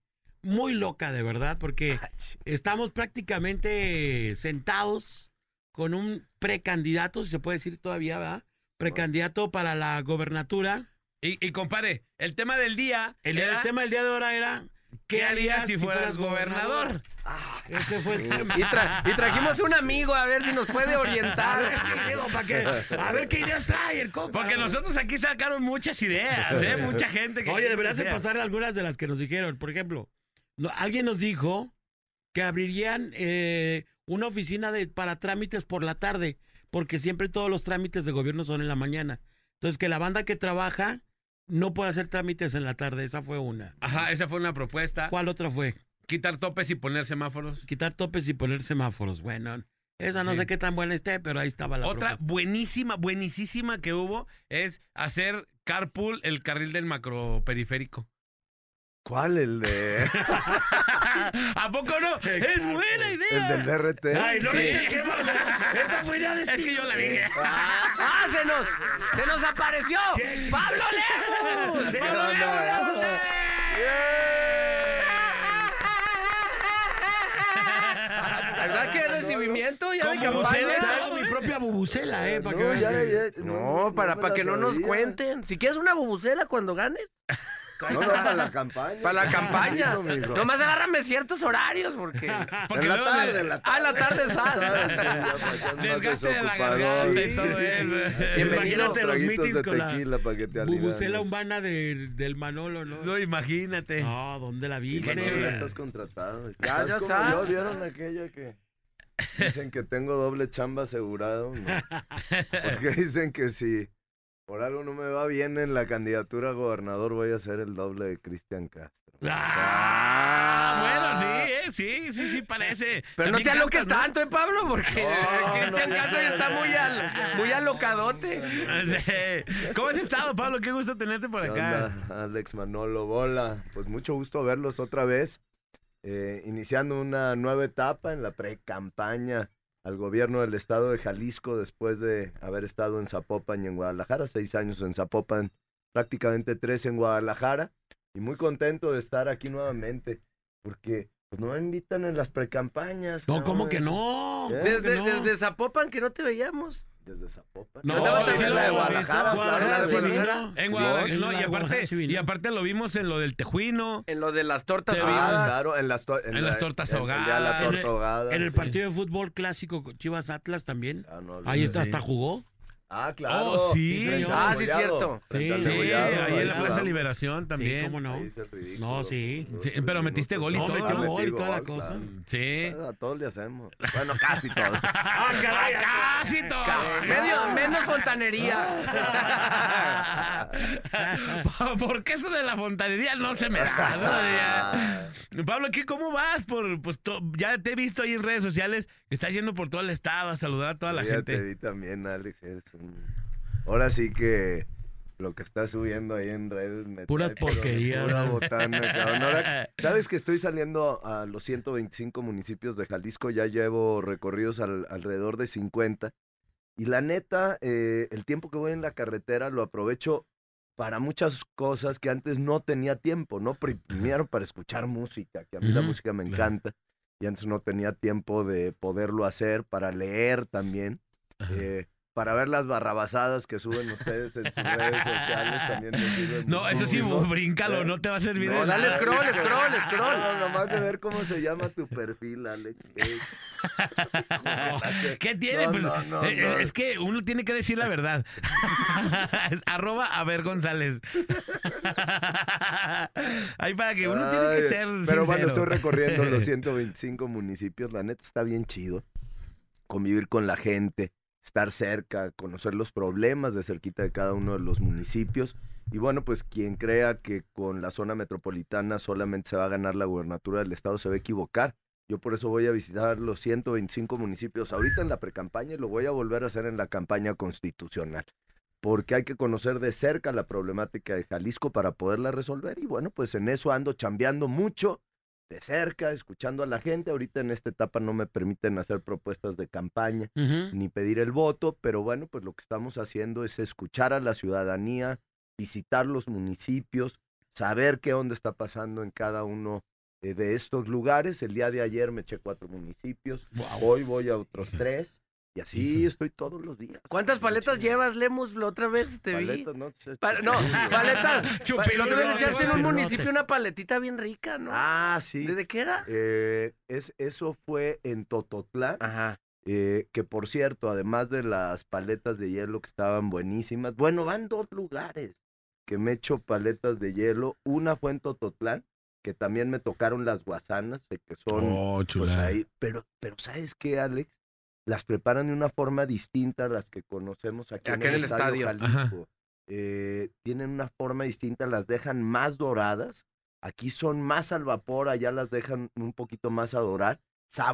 B: muy loca, de verdad,
C: *laughs*
B: porque estamos prácticamente sentados con un precandidato, si se puede decir todavía, ¿verdad? Precandidato para la gobernatura.
C: Y, y compare, el tema del día
B: El, el
C: era
B: tema del día de ahora era
C: ¿Qué harías si fueras gobernador? Ah,
B: Ese fue el tema.
D: Y, tra- y trajimos un amigo a ver si nos puede
B: Ah, *laughs* A ver, sí,
D: orientar.
B: digo, ¿para qué? A ver qué ideas trae el compa.
C: Porque nosotros aquí sacaron muchas ideas, ¿eh? Mucha gente *laughs* que.
B: Oye, deberías de
C: sea.
B: pasar algunas de las que nos dijeron. Por ejemplo, no- alguien nos dijo que abrirían eh, una oficina de, para trámites por la tarde, porque siempre todos los trámites de gobierno son en la mañana. Entonces, que la banda que trabaja no puede hacer trámites en la tarde. Esa fue una.
C: Ajá, esa fue una propuesta.
B: ¿Cuál otra fue?
C: Quitar topes y poner semáforos.
B: Quitar topes y poner semáforos. Bueno, esa no
C: Sí.
B: sé qué tan buena esté, pero ahí estaba la
C: Otra
B: propuesta.
C: buenísima, buenísima que hubo es hacer carpool el carril del macroperiférico.
J: ¿Cuál? El de.
C: ¿A poco
B: *laughs*
C: no? Es buena
J: El
C: idea.
J: del DRT.
B: Ay, no le eches quema, güey. *laughs* Esa fue idea de
C: Es que yo
B: *laughs*
C: la vi.
D: ¡Ah, se nos! ¡Se nos apareció! ¡Pablo Lemus!
J: ¿Qué
D: ¡Pablo
J: onda?
D: Lemus! La *laughs* verdad que recibimiento ya de
C: ¿Cómo bucela?
D: campaña.
B: Traigo mi propia bubucela, eh, para que
J: Ah, No,
B: veas
J: ya,
B: que-
J: ya,
D: No, para,
J: me
D: para
J: la
D: que no nos
J: sabía.
D: cuenten. Si quieres una bubucela cuando ganes,
J: No, no, para la campaña.
D: *laughs* para la campaña.
J: Sí, mijo.
D: Nomás agárrame ciertos horarios porque a
C: Porque
J: en la
C: luego
J: tarde,
C: de-
J: en la
D: la tarde sal.
B: pues,
C: Desgaste de la garganta y todo eso.
D: Bienvenido.
B: Imagínate los meetings
J: de
B: con la
J: tequila para que te
B: bubucela
J: alivianes.
B: humana del, del Manolo, ¿no?
C: No, imagínate.
B: No, ¿dónde la
J: Sí,
B: viste?
J: macho,
C: chula.
J: ya estás contratado.
D: Ya,
J: Estás
D: ya
J: como
D: sabes,
J: yo,
D: ya
J: ¿vieron aquella que dicen que tengo doble chamba asegurado? No. Porque dicen que si por algo no me va bien en la candidatura a gobernador, voy a ser el doble de Cristian Castro.
C: Ah, bueno, sí, eh, sí, sí, sí, parece.
D: Pero no
C: También
D: te aloques
C: cantas,
D: tanto, ¿eh, Pablo? Porque *laughs*
J: No,
D: Cristian
J: no, ya,
D: Castro
J: ya,
D: está
J: ya,
D: muy, al- muy alocadote.
C: ¿no? *laughs* Sí. ¿Cómo has estado, Pablo? Qué gusto tenerte por
J: ¿Qué
C: acá.
J: onda, Alex Manolo Bola. Pues mucho gusto verlos otra vez. eh, iniciando una nueva etapa en la pre-campaña al gobierno del estado de Jalisco después de haber estado en Zapopan y en Guadalajara, seis años en Zapopan, prácticamente tres en Guadalajara, y muy contento de estar aquí nuevamente, porque pues, no me invitan en las precampañas.
B: No,
J: cabrón,
B: ¿cómo que
J: es-
B: no?
J: ¿Eh?
B: ¿Cómo que
D: Desde,
B: no?
D: desde Zapopan que no te veíamos.
J: Desde Zapopan.
B: No,
D: Yo estaba
J: desde
D: también
J: la de
D: en
J: Guadalajara,
B: Guadalajara,
J: claro,
B: sí,
J: de Guadalajara.
B: vino.
C: En
B: Sí,
C: Guadalajara, no, y
B: en Guadalajara
C: aparte,
B: sí vino.
C: y aparte lo vimos en lo del Tejuino.
D: En lo de las tortas
C: Te
J: Ah,
D: ahogadas.
J: claro, en las, to-
C: En
J: la-
C: las tortas
J: en el día de
C: ahogadas.
J: la
B: En el-
J: torta ahogada,
B: En el
J: sí.
B: partido de fútbol clásico con Chivas Atlas también.
J: Ah, no,
B: Ahí está,
J: sí.
B: hasta jugó.
J: Ah, claro.
C: Oh, sí.
J: frente
D: Ah,
J: al
D: sí,
J: Gollado,
D: cierto.
J: frente al
B: Sí,
C: Sí,
J: Gollado,
C: ahí en la
J: ahí
C: Plaza
J: va.
C: Liberación también.
B: Sí, ¿cómo no?
J: Ahí es el ridículo.
B: No, sí.
J: Los
C: Sí,
J: tres
C: pero metiste
J: minutos.
C: gol y
B: No,
C: todo,
B: metió
C: ¿no?
B: gol y
J: Metí
B: toda la
J: gol,
B: cosa.
J: claro.
C: Sí.
J: A todos le hacemos. Bueno, casi todos.
B: ¡Ah, caray!
C: Casi todo.
D: Ah. Medio, menos fontanería.
C: *laughs* ¿Por qué eso de la fontanería no se me da? ¿no? Ya. Pablo, ¿qué, ¿cómo vas? Por, pues, to- ya te he visto ahí en redes sociales que estás yendo por todo el estado a saludar a toda la
J: Ya te
C: gente.
J: vi también, Alex. eres un- Ahora sí que lo que está subiendo ahí en redes. me
B: Pura
J: trae, pero de
B: porquería.
J: Pura botana, cabrón.
B: *laughs*
J: Ahora, Sabes que estoy saliendo a los 125 municipios de Jalisco. Ya llevo recorridos al- alrededor de 50. Y la neta, eh, el tiempo que voy en la carretera lo aprovecho para muchas cosas que antes no tenía tiempo, ¿no? Primero para escuchar música, que a mí la
B: Ujú,
J: música me
B: claro.
J: encanta. Y antes no tenía tiempo de poderlo hacer, para leer también, eh, para ver las barrabasadas que suben ustedes en sus redes sociales también. me sirve
C: No, eso sí,
J: muchísimo.
C: bríncalo, no te va a servir.
J: No,
C: de
D: dale
C: nada.
D: scroll, scroll, scroll.
J: No, nomás de ver cómo se llama tu perfil, Alex. Eh,
C: ¿Qué tiene?
J: No,
C: Pues,
J: no, no,
C: eh, eh,
J: no.
C: Es que uno tiene que decir la verdad. *laughs* Es Arroba a ver González. *laughs* Ahí para que uno tiene
J: Ay,
C: que ser
J: Pero
C: sincero.
J: bueno, estoy recorriendo los 125 municipios. La neta está bien chido. Convivir con la gente, estar cerca, conocer los problemas de cerquita de cada uno de los municipios. Y bueno, pues quien crea que con la zona metropolitana solamente se va a ganar la gubernatura del estado se va a equivocar. Yo por eso voy a visitar los 125 municipios ahorita en la precampaña y lo voy a volver a hacer en la campaña constitucional porque hay que conocer de cerca la problemática de Jalisco para poderla resolver. Y bueno, pues en eso ando chambeando mucho, de cerca, escuchando a la gente. Ahorita en esta etapa no me permiten hacer propuestas de campaña
B: Ujú.
J: ni pedir el voto, pero bueno, pues lo que estamos haciendo es escuchar a la ciudadanía, visitar los municipios, saber qué onda está pasando en cada uno eh, de estos lugares. El día de ayer me eché cuatro municipios, hoy voy a otros tres. Y así estoy todos los días.
D: ¿Cuántas paletas llevas, Lemus? La otra vez te vi.
J: pues, Paletas, no.
D: Pa- no, *laughs* paletas.
C: Chupilote.
D: La otra vez echaste en un
C: Chupilote.
D: municipio una paletita bien rica, ¿no?
J: Ah, sí.
D: ¿Desde qué era?
J: Eh, es, eso fue en Tototlán.
D: Ajá.
J: eh, que por cierto, además de las paletas de hielo que estaban buenísimas, bueno, van dos lugares que me echo paletas de hielo. Una fue en Tototlán, que también me tocaron las guasanas, eh, que son
C: Oh,
J: pues
C: chulada.
J: ahí, pero, pero ¿sabes qué, Alex? Las preparan de una forma distinta a las que conocemos aquí,
D: Acá
J: en el estadio,
C: Ajá.
J: Jalisco. Eh, tienen una forma distinta, las dejan más doradas. Aquí son más al vapor, allá las dejan un poquito más a dorar,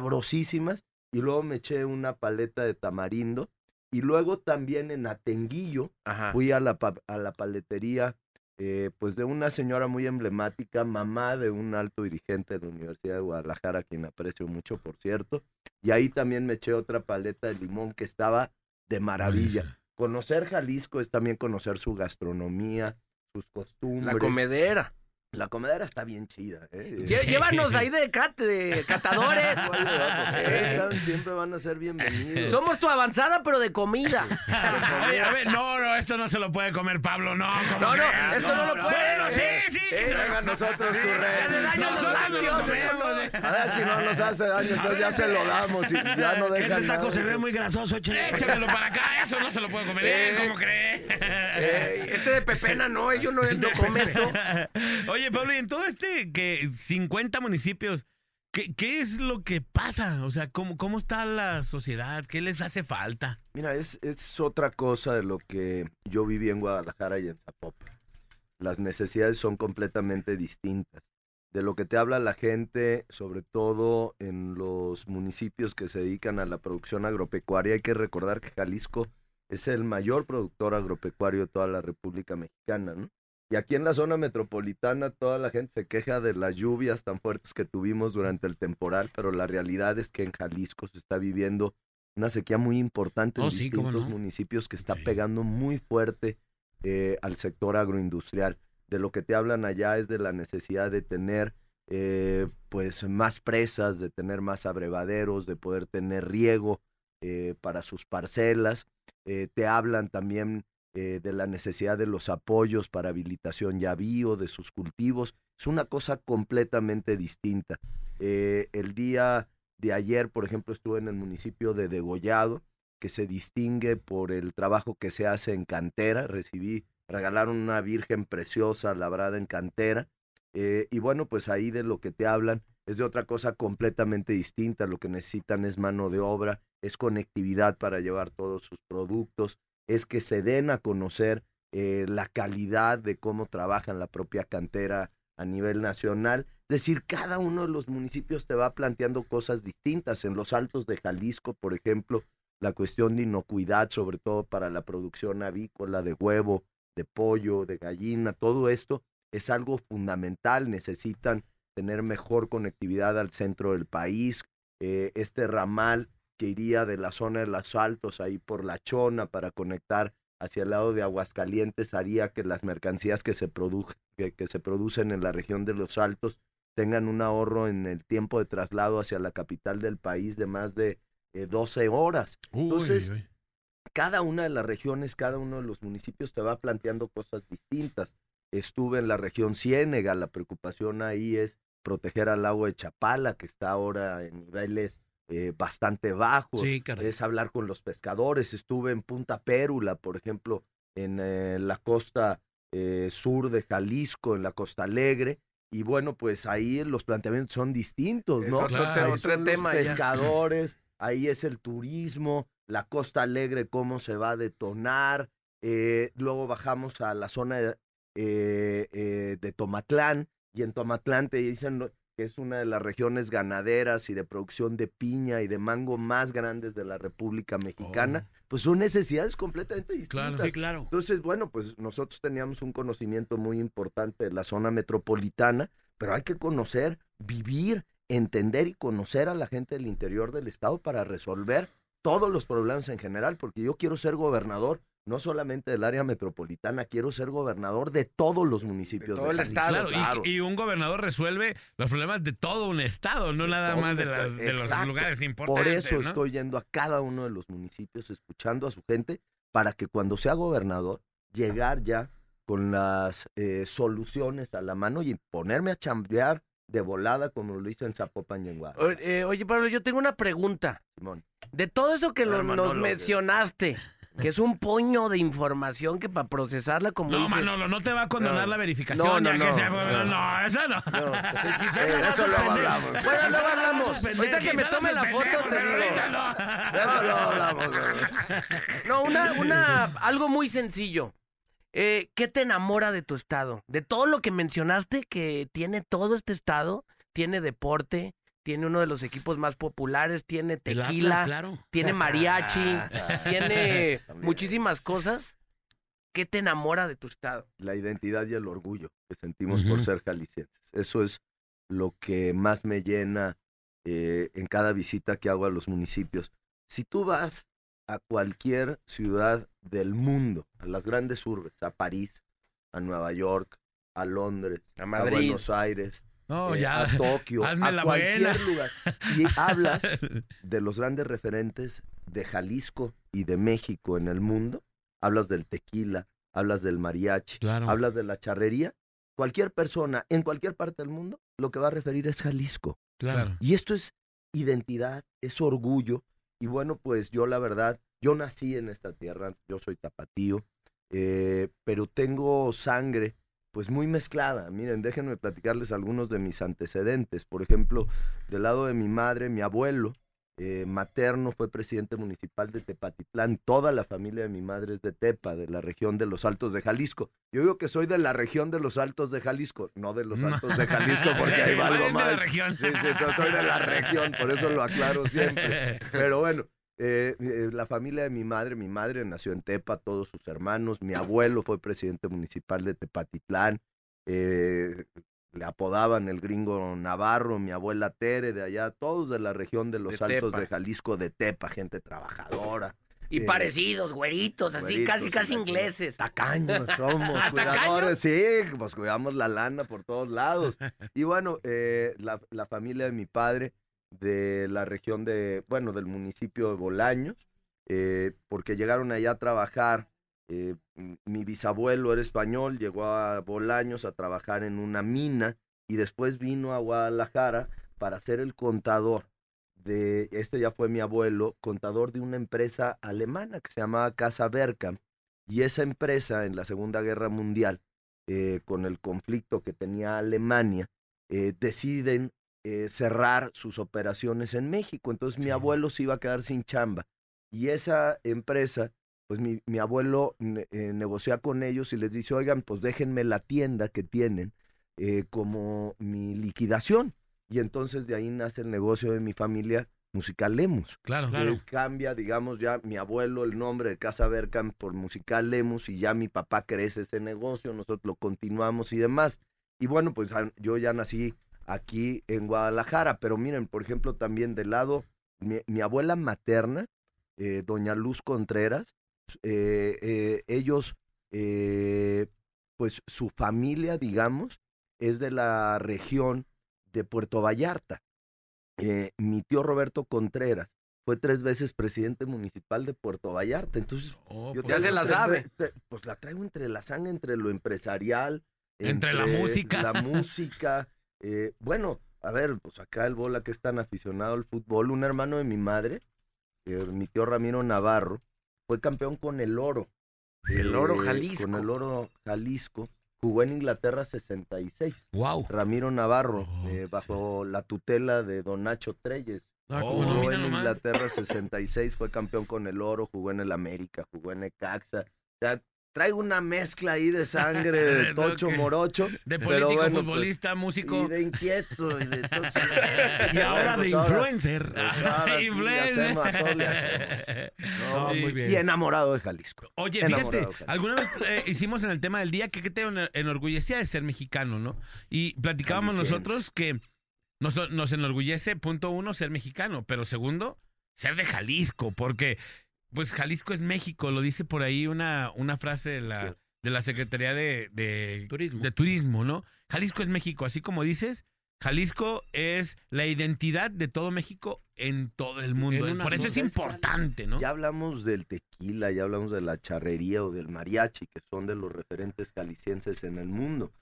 J: sabrosísimas. Y luego me eché una paleta de tamarindo. Y luego también en Atenguillo,
B: Ah.
D: Ajá.
J: fui a la, pa- a la paletería, eh, pues de una señora muy emblemática, mamá de un alto dirigente de la Universidad de Guadalajara, a quien aprecio mucho, por cierto. Y ahí también me eché otra paleta de limón que estaba de maravilla.
C: Buenísimo.
J: Conocer Jalisco es también conocer su gastronomía, sus costumbres.
D: La comedera.
J: La comedera está bien chida. ¿eh?
D: Lle- Llévanos *laughs* ahí de, cate, de *laughs* catadores.
J: Igual le va, pues, ustedes
B: eh.
J: están- siempre van
B: *laughs*
J: a ser bienvenidos.
D: Somos tu avanzada, pero de *laughs* comida.
C: Ay, a ver, no, no, esto no se lo puede comer Pablo,
B: Ah,
C: no. ¿cómo
D: No, no,
C: creas?
D: esto no lo puede.
C: Bueno, sí, sí. que
J: Eh,
C: se lo-
J: venga, nosotros tu rey.
D: Dale daño a los
C: Nosotros no lo
D: labios,
C: comemos, eh.
J: A ver si no nos hace daño, entonces ya se lo damos y ya no
B: *laughs*
J: dejan
B: Ese taco
J: nada.
B: se ve muy grasoso, échale.
C: Échamelo para acá, eso no se lo puede comer, eh, ¿cómo cree?
D: Ey, este de Pepena, no, ellos no, *laughs* no comen esto.
C: Oye, Pablo, y en todo este que 50 municipios, ¿qué, qué es lo que pasa? O sea, ¿cómo, ¿cómo está la sociedad? ¿Qué les hace falta?
J: Mira, es, es otra cosa de lo que yo viví en Guadalajara y en Zapopan. Las necesidades son completamente distintas. De lo que te habla la gente, sobre todo en los municipios que se dedican a la producción agropecuaria, hay que recordar que Jalisco es el mayor productor agropecuario de toda la República Mexicana, ¿no? Y aquí en la zona metropolitana toda la gente se queja de las lluvias tan fuertes que tuvimos durante el temporal, pero la realidad es que en Jalisco se está viviendo una sequía muy importante en
C: Oh, sí, cómo
J: distintos
C: no.
J: municipios que está
C: Sí.
J: pegando muy fuerte eh, al sector agroindustrial. De lo que te hablan allá es de la necesidad de tener eh, pues más presas, de tener más abrevaderos, de poder tener riego eh, para sus parcelas. Eh, te hablan también eh, de la necesidad de los apoyos para habilitación ya bio, de sus cultivos. Es una cosa completamente distinta. Eh, el día de ayer, por ejemplo, estuve en el municipio de Degollado, que se distingue por el trabajo que se hace en cantera. Recibí, regalaron una virgen preciosa labrada en cantera. Eh, y bueno, pues ahí de lo que te hablan es de otra cosa completamente distinta. Lo que necesitan es mano de obra, es conectividad para llevar todos sus productos, es que se den a conocer eh, la calidad de cómo trabajan la propia cantera a nivel nacional. Es decir, cada uno de los municipios te va planteando cosas distintas. En los altos de Jalisco, por ejemplo, la cuestión de inocuidad, sobre todo para la producción avícola de huevo, de pollo, de gallina, todo esto es algo fundamental. Necesitan tener mejor conectividad al centro del país. Eh, este ramal que iría de la zona de los Altos ahí por la Chona para conectar hacia el lado de Aguascalientes haría que las mercancías que se, produ- que- que se producen en la región de los Altos tengan un ahorro en el tiempo de traslado hacia la capital del país de más de eh, 12 horas. Entonces,
C: uy.
J: cada una de las regiones, cada uno de los municipios te va planteando cosas distintas. Estuve en la región Ciénega, la preocupación ahí es proteger al lago de Chapala, que está ahora en niveles eh, bastante bajos.
C: Sí, caray.
J: Es hablar con los pescadores. Estuve en Punta Pérula, por ejemplo, en eh, la costa eh, sur de Jalisco, en la costa alegre. Y bueno, pues ahí los planteamientos son distintos,
D: Es
J: ¿no?
D: otro
J: Ahí
D: te-
J: son
D: otro
J: los
D: tema ya.
J: pescadores, ahí es el turismo, la costa alegre, cómo se va a detonar. Eh, luego bajamos a la zona de, eh, eh, de Tomatlán y en Tomatlán te dicen lo- que es una de las regiones ganaderas y de producción de piña y de mango más grandes de la República Mexicana, pues son necesidades completamente distintas.
C: Oh. Claro.
B: Sí, claro.
J: Entonces, bueno, pues nosotros teníamos un conocimiento muy importante de la zona metropolitana, pero hay que conocer, vivir, entender y conocer a la gente del interior del estado para resolver todos los problemas en general, porque yo quiero ser gobernador no solamente del área metropolitana, quiero ser gobernador de todos los municipios.
D: todo el
J: Jalisco.
D: estado,
C: Claro, y-
J: claro.
C: Y, un gobernador resuelve los problemas de todo un estado, no nada
J: todo
C: más de,
J: está-
C: las- de los
J: Exacto.
C: lugares
J: Por
C: importantes.
J: eso
C: ¿no?
J: estoy yendo a cada uno de los municipios, escuchando a su gente, para que cuando sea gobernador, llegar ya con las eh, soluciones a la mano y ponerme a chambear de volada como lo hizo en Zapopan y en
D: O-
J: Guadalajara.
D: eh, oye, Pablo, yo tengo una pregunta.
J: Simón.
D: De todo eso que lo-
J: Hermano,
D: nos
J: lo-
D: mencionaste, que es un puño de información que para procesarla como
C: No,
D: dices-
C: Manolo, no te va a condonar
D: No.
C: la verificación.
D: No, no,
C: ya que
D: no,
C: sea-
D: no.
C: no, eso no.
D: No.
C: Quizá
J: Eh,
C: lo va a
J: eso luego
C: suspender.
J: hablamos.
C: Quizá
D: Bueno,
C: lo
D: luego
C: va a
D: hablamos.
C: suspender,
D: Ahorita que
C: quizá
D: me
C: lo
D: tome la foto,
C: suspendemos,
D: te
C: pero
D: digo.
C: ahorita no.
J: Eso lo hablamos, güey.
D: No, una, una, algo muy sencillo. Eh, ¿Qué te enamora de tu estado? De todo lo que mencionaste que tiene todo este estado, tiene deporte, tiene uno de los equipos más populares, tiene
C: El Atlas,
D: tequila,
C: claro.
D: tiene
C: *laughs*
D: mariachi, tiene
J: También.
D: muchísimas cosas. ¿Qué te enamora de tu estado?
J: la identidad y el orgullo que sentimos por
C: Ujú.
J: ser jaliscienses. Eso es lo que más me llena eh, en cada visita que hago a los municipios. Si tú vas a cualquier ciudad del mundo, a las grandes urbes, a París, a Nueva York, a Londres,
D: A
J: a
D: Madrid.
J: Buenos Aires,
C: No, Oh,
J: eh,
C: ya.
J: a Tokio,
C: hazme
J: a
C: la
J: cualquier
C: buena.
J: lugar,
C: *laughs*
J: y hablas de los grandes referentes de Jalisco y de México en el mundo, hablas del tequila, hablas del mariachi,
C: Claro.
J: hablas de la charrería, cualquier persona en cualquier parte del mundo lo que va a referir es Jalisco.
C: Claro.
J: Y esto es identidad, es orgullo. Y bueno, pues yo la verdad, yo nací en esta tierra, yo soy tapatío, eh, pero tengo sangre pues muy mezclada. Miren, déjenme platicarles algunos de mis antecedentes. Por ejemplo, del lado de mi madre, mi abuelo eh, materno fue presidente municipal de Tepatitlán. Toda la familia de mi madre es de Tepa, de la región de los Altos de Jalisco. Yo digo que soy de la región de los Altos de Jalisco, no de los Altos
C: *laughs*
J: de Jalisco, porque ahí va algo
C: Vayan de la
J: más.
C: región.
J: Sí, sí, yo soy de la región, por eso lo aclaro siempre. Pero bueno, eh, eh, la familia de mi madre, mi madre nació en Tepa, todos sus hermanos, mi abuelo fue presidente municipal de Tepatitlán, eh, le apodaban el gringo Navarro, mi abuela Tere de allá, todos de la región de los
D: De
J: Altos
D: Tepa.
J: de Jalisco, de Tepa, gente trabajadora.
D: Y
J: Eh,
D: parecidos, güeritos, así
J: güeritos,
D: casi, casi
J: y la chingada.
D: ingleses. *laughs*
J: Tacaños somos,
D: ¿Tacaños?
J: cuidadores, sí, pues cuidamos la lana por todos lados. Y bueno, eh, la, la familia de mi padre, de la región de, bueno, del municipio de Bolaños, eh, porque llegaron allá a trabajar, eh, m- mi bisabuelo era español, llegó a Bolaños a trabajar en una mina y después vino a Guadalajara para ser el contador de, este ya fue mi abuelo, contador de una empresa alemana que se llamaba Casa Berkham. Y esa empresa en la Segunda Guerra Mundial, eh, con el conflicto que tenía Alemania, eh, deciden eh, cerrar sus operaciones en México. Entonces mi abuelo se iba a quedar sin chamba. Y esa empresa, pues mi, mi abuelo ne- eh, negocia con ellos y les dice, oigan, pues déjenme la tienda que tienen eh, como mi liquidación. Y entonces de ahí nace el negocio de mi familia musical Lemus.
B: Ah,
C: Claro.
J: Eh, cambia, digamos, ya mi abuelo el nombre de Casa Berkham por Musical Lemus y ya mi papá crece ese negocio, nosotros lo continuamos y demás. Y bueno, pues ah, yo ya nací aquí en Guadalajara, pero miren, por ejemplo, también del lado, mi, mi abuela materna, eh, doña Luz Contreras, eh, eh, ellos, eh, pues su familia, digamos, es de la región de Puerto Vallarta. Eh, mi tío Roberto Contreras fue tres veces presidente municipal de Puerto Vallarta. Entonces,
C: Oh,
J: yo
C: pues,
D: se
J: traigo
D: la
J: tres
D: sabe.
J: ve- te- pues la traigo entre la sangre, entre lo empresarial.
C: Entre la música.
D: *laughs*
J: La música. eh, bueno, a ver, pues acá el bola que es tan aficionado al fútbol, un hermano de mi madre, eh, mi tío Ramiro Navarro, fue campeón con el oro. eh,
D: El Oro
J: Con
D: Jalisco.
J: el oro Jalisco. Jugó en Inglaterra 66.
C: Wow.
J: Ramiro Navarro,
C: Oh,
J: eh, bajo la tutela de Don Nacho Treyes.
B: Ah,
C: Oh,
B: cómo no.
C: no,
J: Jugó
C: mira
J: en
C: nomás.
J: Inglaterra 66, fue campeón con el oro, jugó en el América, jugó en Ecaxa. O sea, traigo una mezcla ahí de sangre
C: De
J: de
C: lo
J: tocho
C: que-
J: morocho.
C: De
J: Pero
C: político,
J: bueno, pues,
C: futbolista,
J: Y
C: músico.
J: de inquieto. Y, de entonces-
B: Y ahora de
J: Pues ahora-
B: influencer.
J: pues ahora sí le
C: Influencer.
J: hacemos, a todos le hacemos. No,
B: Ah,
C: sí.
B: muy bien.
J: Y enamorado de Jalisco.
C: Oye,
J: Enamorado,
C: fíjate,
J: Carlos.
C: alguna vez eh, hicimos en el tema del día que, que te en- enorgullecía de ser mexicano, ¿no? Y platicábamos
J: Jalisciense.
C: nosotros que nos, nos enorgullece, punto uno, ser mexicano, pero segundo, ser de Jalisco, porque pues Jalisco es México, lo dice por ahí una, una frase de la, de la Secretaría de, de-
B: Turismo.
C: de Turismo, ¿no? Jalisco es México, así como dices, Jalisco es la identidad de todo México en todo el mundo.
B: En
C: y
B: una
C: Por eso
B: sola.
C: es importante, ¿no?
J: Ya hablamos del tequila, ya hablamos de la charrería o del mariachi, que son de los referentes jaliscienses en el mundo.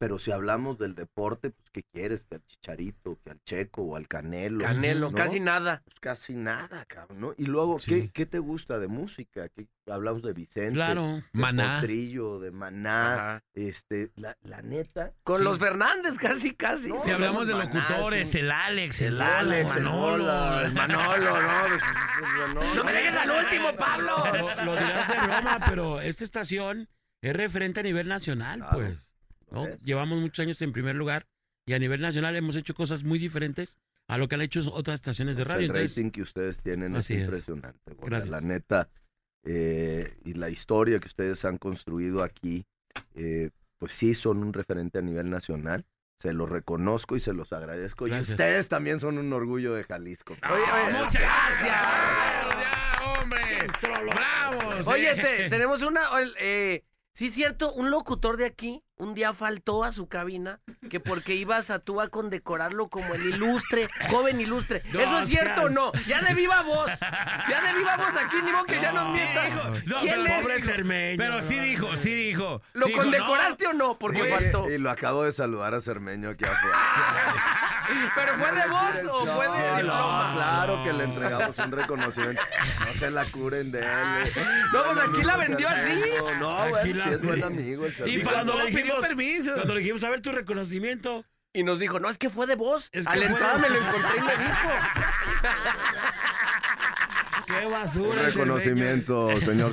J: Pero si hablamos del deporte, pues ¿qué quieres? Que al chicharito, que al checo o al canelo.
D: Canelo,
J: ¿no?
D: casi nada.
J: Pues casi nada, cabrón, ¿no? Y luego,
C: Sí.
J: ¿qué, qué te gusta de música? ¿Qué- hablamos de
C: *laughs*
J: Vicente,
C: Claro.
J: de
C: Maná.
J: Potrillo, de Maná,
D: Ajá.
J: este, la, la neta.
D: Con
J: sí,
D: los Fernández, casi, casi.
J: No,
C: Si hablamos de
J: Maná,
C: locutores,
J: sí.
C: el Alex, el,
J: el
C: Lalo,
J: Alex, el
C: Manolo.
J: Lola, el Manolo, ¿no? Pues, pues,
D: *laughs*
J: Manolo.
D: ¡No me dejes al último, Pablo!
B: Lo, lo dirás de broma, pero esta estación es referente a nivel nacional,
J: Claro,
B: pues. ¿no?
J: es.
B: Llevamos muchos años en primer lugar y a nivel nacional hemos hecho cosas muy diferentes a lo que han hecho otras estaciones de
J: O sea,
B: radio.
J: el
B: Entonces,
J: rating que ustedes tienen
B: Así es.
J: es impresionante. Gorka.
B: Gracias.
J: La neta, eh, y la historia que ustedes han construido aquí, eh, pues sí son un referente a nivel nacional. Se los reconozco y se los agradezco.
B: Gracias.
J: Y ustedes también son un orgullo de Jalisco.
D: Ah,
C: muchas gracias. Ya, hombre. Bravos. eh.
D: Oye, te- tenemos una. ol- Eh, sí, cierto, un locutor de aquí un día faltó a su cabina que porque ibas a tú a condecorarlo como el ilustre, joven ilustre.
B: No,
D: ¿Eso es cierto o
B: seas-
D: no? Ya de viva voz. Ya de viva voz aquí, ni modo que ya nos
C: No,
D: mientan.
C: hijo, no,
D: ¿Quién
C: pero
D: es?
C: pobre
B: Cermeño,
C: Pero sí
B: no,
C: dijo, sí dijo.
D: ¿Lo
C: Sí dijo,
D: condecoraste o no? Porque
J: Oye,
D: faltó.
J: Y lo acabo de saludar a Cermeño aquí afuera.
D: ¿Pero fue de voz o fue de
J: No,
D: diploma?
J: claro que le entregamos un reconocimiento. No se la curen de él. eh.
D: No, pues aquí la vendió así.
J: No,
B: Aquí
J: bueno,
B: la
J: sí es buen
B: vendió.
J: amigo el
C: Y
J: Cermeño.
C: cuando
B: Cuando
C: le pues, pidió
B: dijimos-
C: permiso.
B: Cuando le dijimos, a ver tu reconocimiento,
D: Y nos dijo, no, es que fue de voz.
B: Es
D: a
B: que
D: la
B: fue
D: entrada
B: de
D: me lo
B: voz.
D: encontré y me dijo.
B: qué
J: Un
B: basura.
J: reconocimiento, señor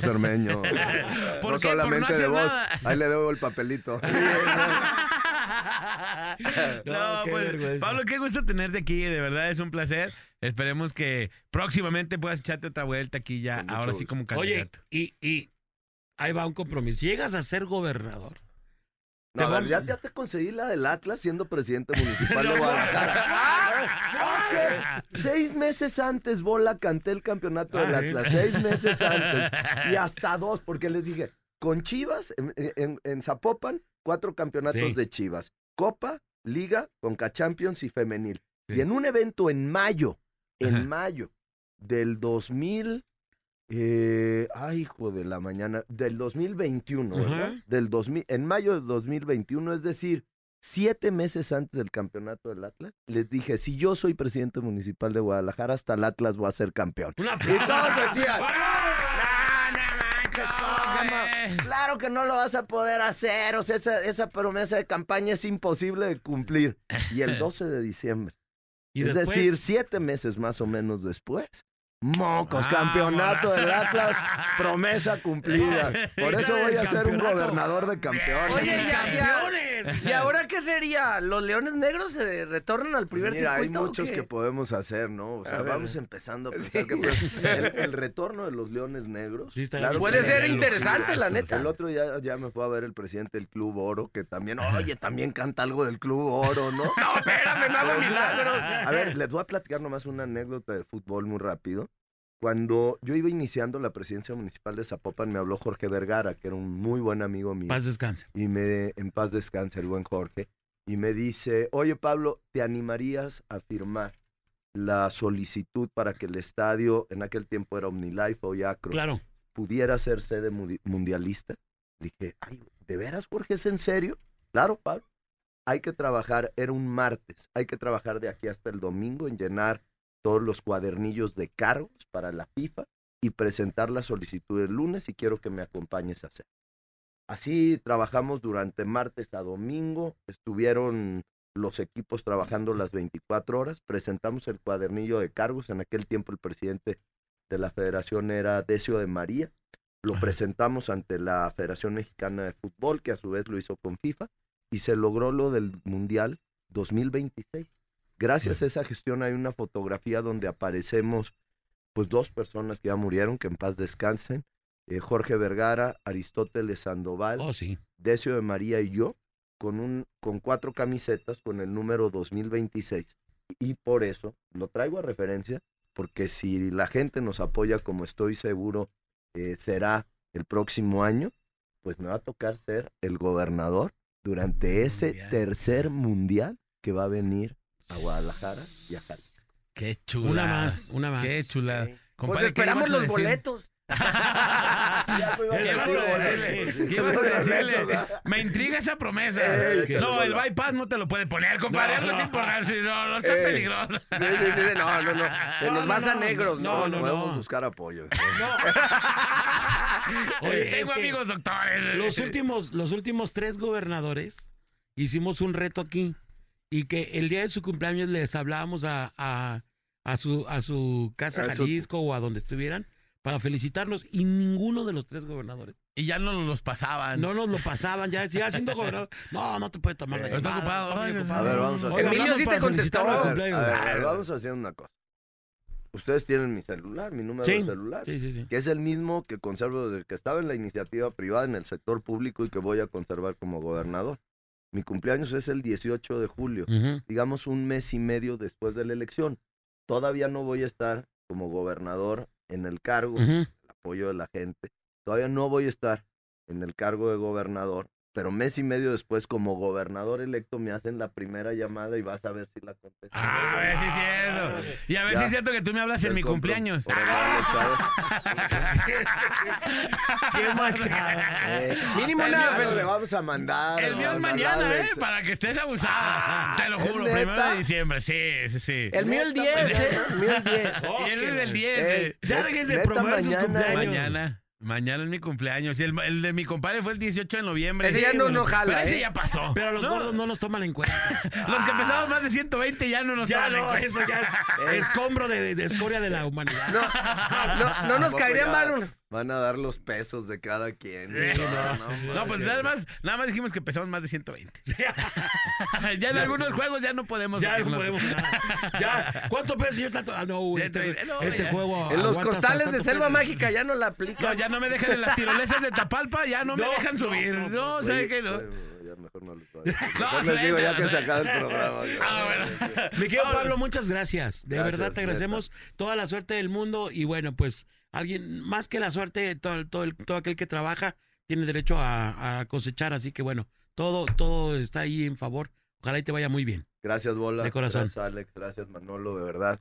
C: *laughs*
J: Cermeño.
C: ¿Por
J: no
C: qué? Por no
J: solamente
C: hacer
J: de voz.
C: nada.
J: Ahí le debo el papelito.
C: No,
B: *laughs* No, qué
C: pues,
B: vergüenza.
C: Pablo, qué gusto tenerte aquí, de verdad es un placer. Esperemos que próximamente puedas echarte otra vuelta aquí ya,
J: Con mucho
C: ahora sí como
J: gusto.
B: Oye,
C: candidato.
B: y, y ahí va un compromiso. Llegas a ser gobernador. Te
J: No, a ver,
B: vamos-
J: ya, ya te conseguí la del Atlas siendo presidente
C: *laughs*
J: municipal
B: *laughs*
J: de Guadalajara. Seis meses antes, Bola, canté el campeonato del
C: Ah,
J: Atlas.
C: sí. *laughs*
J: Seis meses antes. Y hasta dos, porque les dije, con Chivas, en, en- en Zapopan, cuatro campeonatos
B: Sí.
J: de Chivas. Copa, Liga, Conca Champions y Femenil.
C: Sí.
J: Y en un evento en mayo, en
C: Ajá.
J: mayo del 2000... eh, ay, hijo de la mañana, del 2021, ¿verdad?
B: Ajá.
J: Del 2000, en mayo del 2021, es decir, siete meses antes del campeonato del Atlas, les dije, si yo soy presidente municipal de Guadalajara, hasta el Atlas voy a ser campeón.
B: Un
J: Y
B: aplauso.
J: todos decían,
C: Hombre.
J: claro que no lo vas a poder hacer, o sea, esa, esa promesa de campaña es imposible de cumplir.
B: *laughs*
J: Y el 12 de diciembre,
B: Y
J: es
B: después-
J: decir, siete meses más o menos después, mocos,
B: Ah,
C: Vámonos.
J: campeonato del Atlas,
B: *laughs*
J: promesa cumplida. Por eso
B: Del
J: voy a ser un
B: campeonato.
J: gobernador de campeones.
D: Oye, ya, ya.
B: ¡Campeones!
D: ¿Y ahora qué sería? ¿Los Leones Negros se retornan al primer
J: Pues Mira,
D: circuito? o
J: hay muchos
D: qué?
J: que podemos hacer, ¿no? O sea,
D: A ver. eh. *laughs*
J: vamos empezando a pensar que pues, el, el retorno de los Leones Negros.
B: Sí, está
J: claro
D: Puede
J: que-
D: ser
B: Los
D: interesante, la neta.
J: El otro día ya me fue a ver el presidente del Club Oro, que también, oye, también canta algo del Club Oro,
D: *laughs*
J: ¿no? no, espérame, no hago milagros. A ver, les voy a platicar nomás una anécdota de fútbol muy rápido. Cuando yo iba iniciando la presidencia municipal de Zapopan, me habló Jorge Vergara, que era un muy buen amigo mío
B: Paz descanse.
J: y me en paz descanse el buen Jorge y me dice, "Oye Pablo, ¿te animarías a firmar la solicitud para que el estadio en aquel tiempo era OmniLife o Acro
B: Claro.
J: pudiera ser sede mudi- mundialista?" Le Dije, "Ay, ¿de veras Jorge es en serio?" Claro, Pablo. Hay que trabajar, era un martes, hay que trabajar de aquí hasta el domingo en llenar todos los cuadernillos de cargos para la FIFA y presentar la solicitud el lunes y quiero que me acompañes a hacer. Así trabajamos durante martes a domingo, estuvieron los equipos trabajando las 24 horas, presentamos el cuadernillo de cargos, en aquel tiempo el presidente de la federación era Decio de María, lo presentamos ante la Federación Mexicana de Fútbol, que a su vez lo hizo con FIFA, y se logró lo del Mundial 2026. Gracias a esa gestión hay una fotografía donde aparecemos pues dos personas que ya murieron, que en paz descansen, eh, Jorge Vergara, Aristóteles Sandoval,
B: Oh, sí.
J: Decio de María y yo con un con cuatro camisetas con el número 2026 y por eso lo traigo a referencia porque si la gente nos apoya como estoy seguro eh, será el próximo año, pues me va a tocar ser el gobernador durante ese
B: Mundial.
J: tercer mundial que va a venir a Guadalajara y a Jalisco.
B: Qué chula.
J: Una más,
B: una más. Qué chula.
D: Pues esperamos los
C: *laughs*
D: boletos.
C: ¿Qué vas a decirle? ¿Qué vas a decirle? Me intriga esa promesa.
B: Ey, qué
C: no, el
B: bola.
C: bypass no te lo puede poner, compadre.
B: No,
C: Algo es
B: no.
C: importante. sí, No, no está
B: Ey.
C: peligroso.
J: No, no, no.
C: No,
J: De los
C: no,
J: más a
C: no.
J: negros,
C: No,
J: no,
D: Eh,
C: no,
J: no. Podemos
C: no.
J: buscar apoyo.
B: Oye,
C: Tengo
B: es que
C: amigos doctores. eh,
B: Los últimos, los últimos tres gobernadores hicimos un reto aquí y que el día de su cumpleaños les hablábamos a, a- a su, a su casa
C: A su-
B: Jalisco o a donde estuvieran para felicitarnos y ninguno de los tres gobernadores.
C: Y ya no nos los pasaban.
B: Ah, No nos lo pasaban, ya, ya siendo gobernador. No, no te puede tomar la
C: Está
B: llamada,
C: ocupado,
B: está muy
C: ay,
B: ocupado.
J: A ver, vamos a
B: Oye, hablamos para felicitarlo al
J: A ver,
B: cumpleaños.
J: a ver, vamos a hacer una cosa. Ustedes tienen mi celular, mi número
B: Sí,
J: de celular,
B: sí, sí, sí.
J: que es el mismo que conservo desde que estaba en la iniciativa privada en el sector público y que voy a conservar como gobernador. Mi cumpleaños es el 18 de julio,
B: Ujú.
J: digamos un mes y medio después de la elección. Todavía no voy a estar como gobernador en el cargo,
B: Ujú.
J: el apoyo de la gente. Todavía no voy a estar en el cargo de gobernador, pero mes y medio después como gobernador electo me hacen la primera llamada y vas a ver si la contesto.
C: Ah, A ver si es cierto.
B: Ah,
C: Y a ver
J: Ya.
C: si es cierto que tú me hablas en mi cumpleaños. *laughs*
B: Qué machada.
J: mínimo
C: El
J: una
C: mío-
J: le vamos a mandar.
C: El mío es
J: vamos a
C: mañana,
J: mandarle
C: ¿eh?
J: ex-
C: Para que estés
B: Ah,
C: abusada. Te lo juro,
J: ¿Es
C: primero
J: neta?
C: de diciembre. Sí, sí, sí.
D: El mío el 10, ¿eh? El mío el 10.
C: Y él es del 10.
J: Ey,
C: eh.
B: Ya
J: net-
B: dejes de
J: neta,
B: promover sus
J: mañana.
B: cumpleaños.
C: Mañana. Mañana es mi cumpleaños. Y el, el de mi compadre fue el 18 de noviembre.
D: Ese ya
C: Sí,
D: no
C: bueno,
D: nos jala,
C: pero ese
D: ¿eh? ah.
C: ya pasó.
B: Pero los
C: No,
B: gordos no nos toman en cuenta.
C: Los que pesamos más de 120 ya no nos
B: Ya
C: toman en
B: no,
C: cuenta.
B: eso ya es escombro de, de escoria de la humanidad.
D: No, no nos
J: Tampoco
D: caería
J: Ah, ya
D: mal uno.
J: Van a dar los pesos de cada quien.
C: Sí,
J: no,
C: No, pues
J: manches.
C: nada más, nada más dijimos que pesamos más de 120. *laughs* ya en algunos juegos ya no podemos.
B: Ya
C: porque
B: no podemos nada. Ya, ¿cuánto peso yo trato? Ah, no, güey,
C: Sí,
B: este,
C: no,
B: este
C: ya.
B: juego.
D: En los
B: aguanta hasta
D: costales de
B: tanto
D: Selva
B: peso.
D: Mágica ya no
C: *laughs*
D: la
C: No,
D: aplica.
C: ya no me dejan en las tirolesas de Tapalpa, ya no, me
B: No,
C: dejan
B: no,
C: subir. No,
B: no,
C: ¿sabes
J: Oye,
C: qué? No.
J: bueno, ya mejor no les voy a decir.
C: *laughs* No,
J: Mejor
C: suelta,
J: les digo ya que
C: suelta.
J: se acaba el programa. ya.
C: Ah, bueno.
J: *laughs*
B: Mi querido Pablo, muchas gracias. De
J: Gracias,
B: verdad te agradecemos toda la suerte del mundo y bueno, pues alguien más que la suerte, todo, todo, el- todo aquel que trabaja tiene derecho a, a cosechar, así que bueno, todo, todo está ahí en favor. Ojalá y te vaya muy bien.
J: Gracias, Bola.
B: De corazón.
J: Gracias, Alex. Gracias, Manolo, de verdad.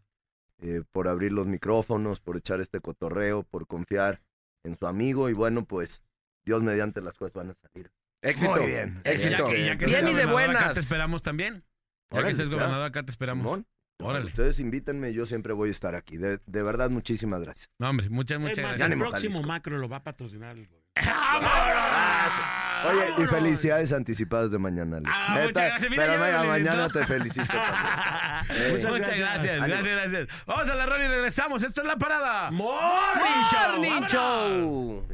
J: eh, por abrir los micrófonos, por echar este cotorreo, por confiar en su amigo. Y bueno, pues, Dios mediante las cosas van a salir.
D: Éxito.
J: Muy bien.
D: Éxito.
C: Ya que, ya que
D: Bien
C: seas
D: y de
C: gobernador, Acá
D: buenas.
C: te esperamos también. Ya
J: Órale,
C: que seas
J: ya.
C: gobernador, acá te esperamos.
J: Simón,
C: Órale.
J: Ustedes invítenme, yo siempre voy a estar aquí. De, de verdad, muchísimas gracias.
C: No, hombre, muchas,
B: Es
C: muchas
B: más,
C: gracias.
B: el
C: *laughs*
J: Ánimo,
B: próximo
J: Jalisco.
B: macro lo va a patrocinar el gobierno.
J: Oye, y
B: vámonos.
J: *laughs* felicidades anticipadas de mañana, Alex.
C: Ah, muchas gracias. Mira,
J: pero
C: ya me
J: venga,
C: felicitó.
J: mañana te felicito también. Eh,
C: Muchas,
B: Muchas
C: gracias.
B: gracias.
C: Gracias, gracias, Vamos a la rola y regresamos. Esto es La Parada.
D: Morning Show.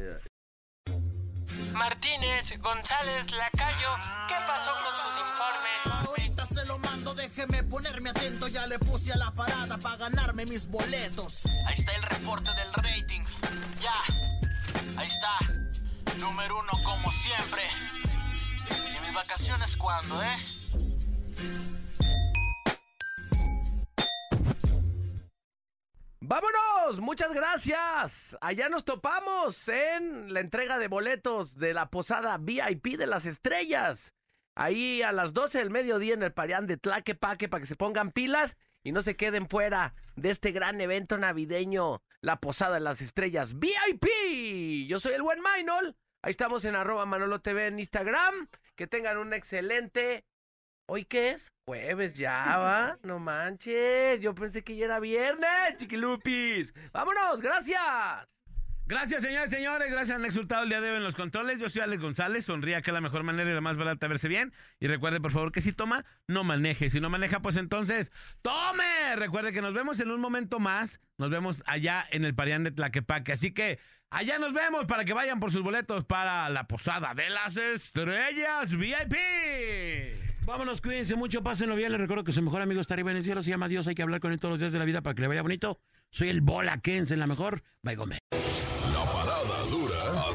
A: Martínez, González, Lacayo, ¿qué pasó con sus informes?
K: Ahorita se lo mando, déjeme ponerme atento. Ya le puse a la parada para ganarme mis boletos.
A: Ahí está el reporte del rating. Ya, ahí está. Número uno como siempre. ¿Y mis vacaciones cuándo, eh?
D: ¡Vámonos! Muchas gracias. Allá nos topamos en la entrega de boletos de la posada VIP de las estrellas. Ahí a las 12 del mediodía en el Parián de Tlaquepaque para que se pongan pilas y no se queden fuera de este gran evento navideño, la posada de las estrellas VIP. Yo soy el buen Maynol. Ahí estamos en arroba Manolo TV en Instagram. Que tengan un excelente ¿Hoy qué es? Jueves ya,
C: *laughs*
D: ¿va? No manches, yo pensé que ya era viernes, chiquilupis. ¡Vámonos, gracias!
C: Gracias, señores, señores. Gracias, han exultado el día de hoy en los controles. Yo soy Alex González. Sonría que es la mejor manera y la más barata verse bien. Y recuerde, por favor, que si toma, no maneje. Si no maneja, pues entonces, ¡tome! Recuerde que nos vemos en un momento más. Nos vemos allá en el Parián de Tlaquepaque. Así que allá nos vemos para que vayan por sus boletos para la Posada de las Estrellas VIP.
B: Vámonos, cuídense mucho, pásenlo bien. Les recuerdo que su mejor amigo está arriba en el cielo, se llama Dios, hay que hablar con él todos los días de la vida para que le vaya bonito. Soy el Bola Quédense en la mejor. Bye, Gómez.
L: La parada dura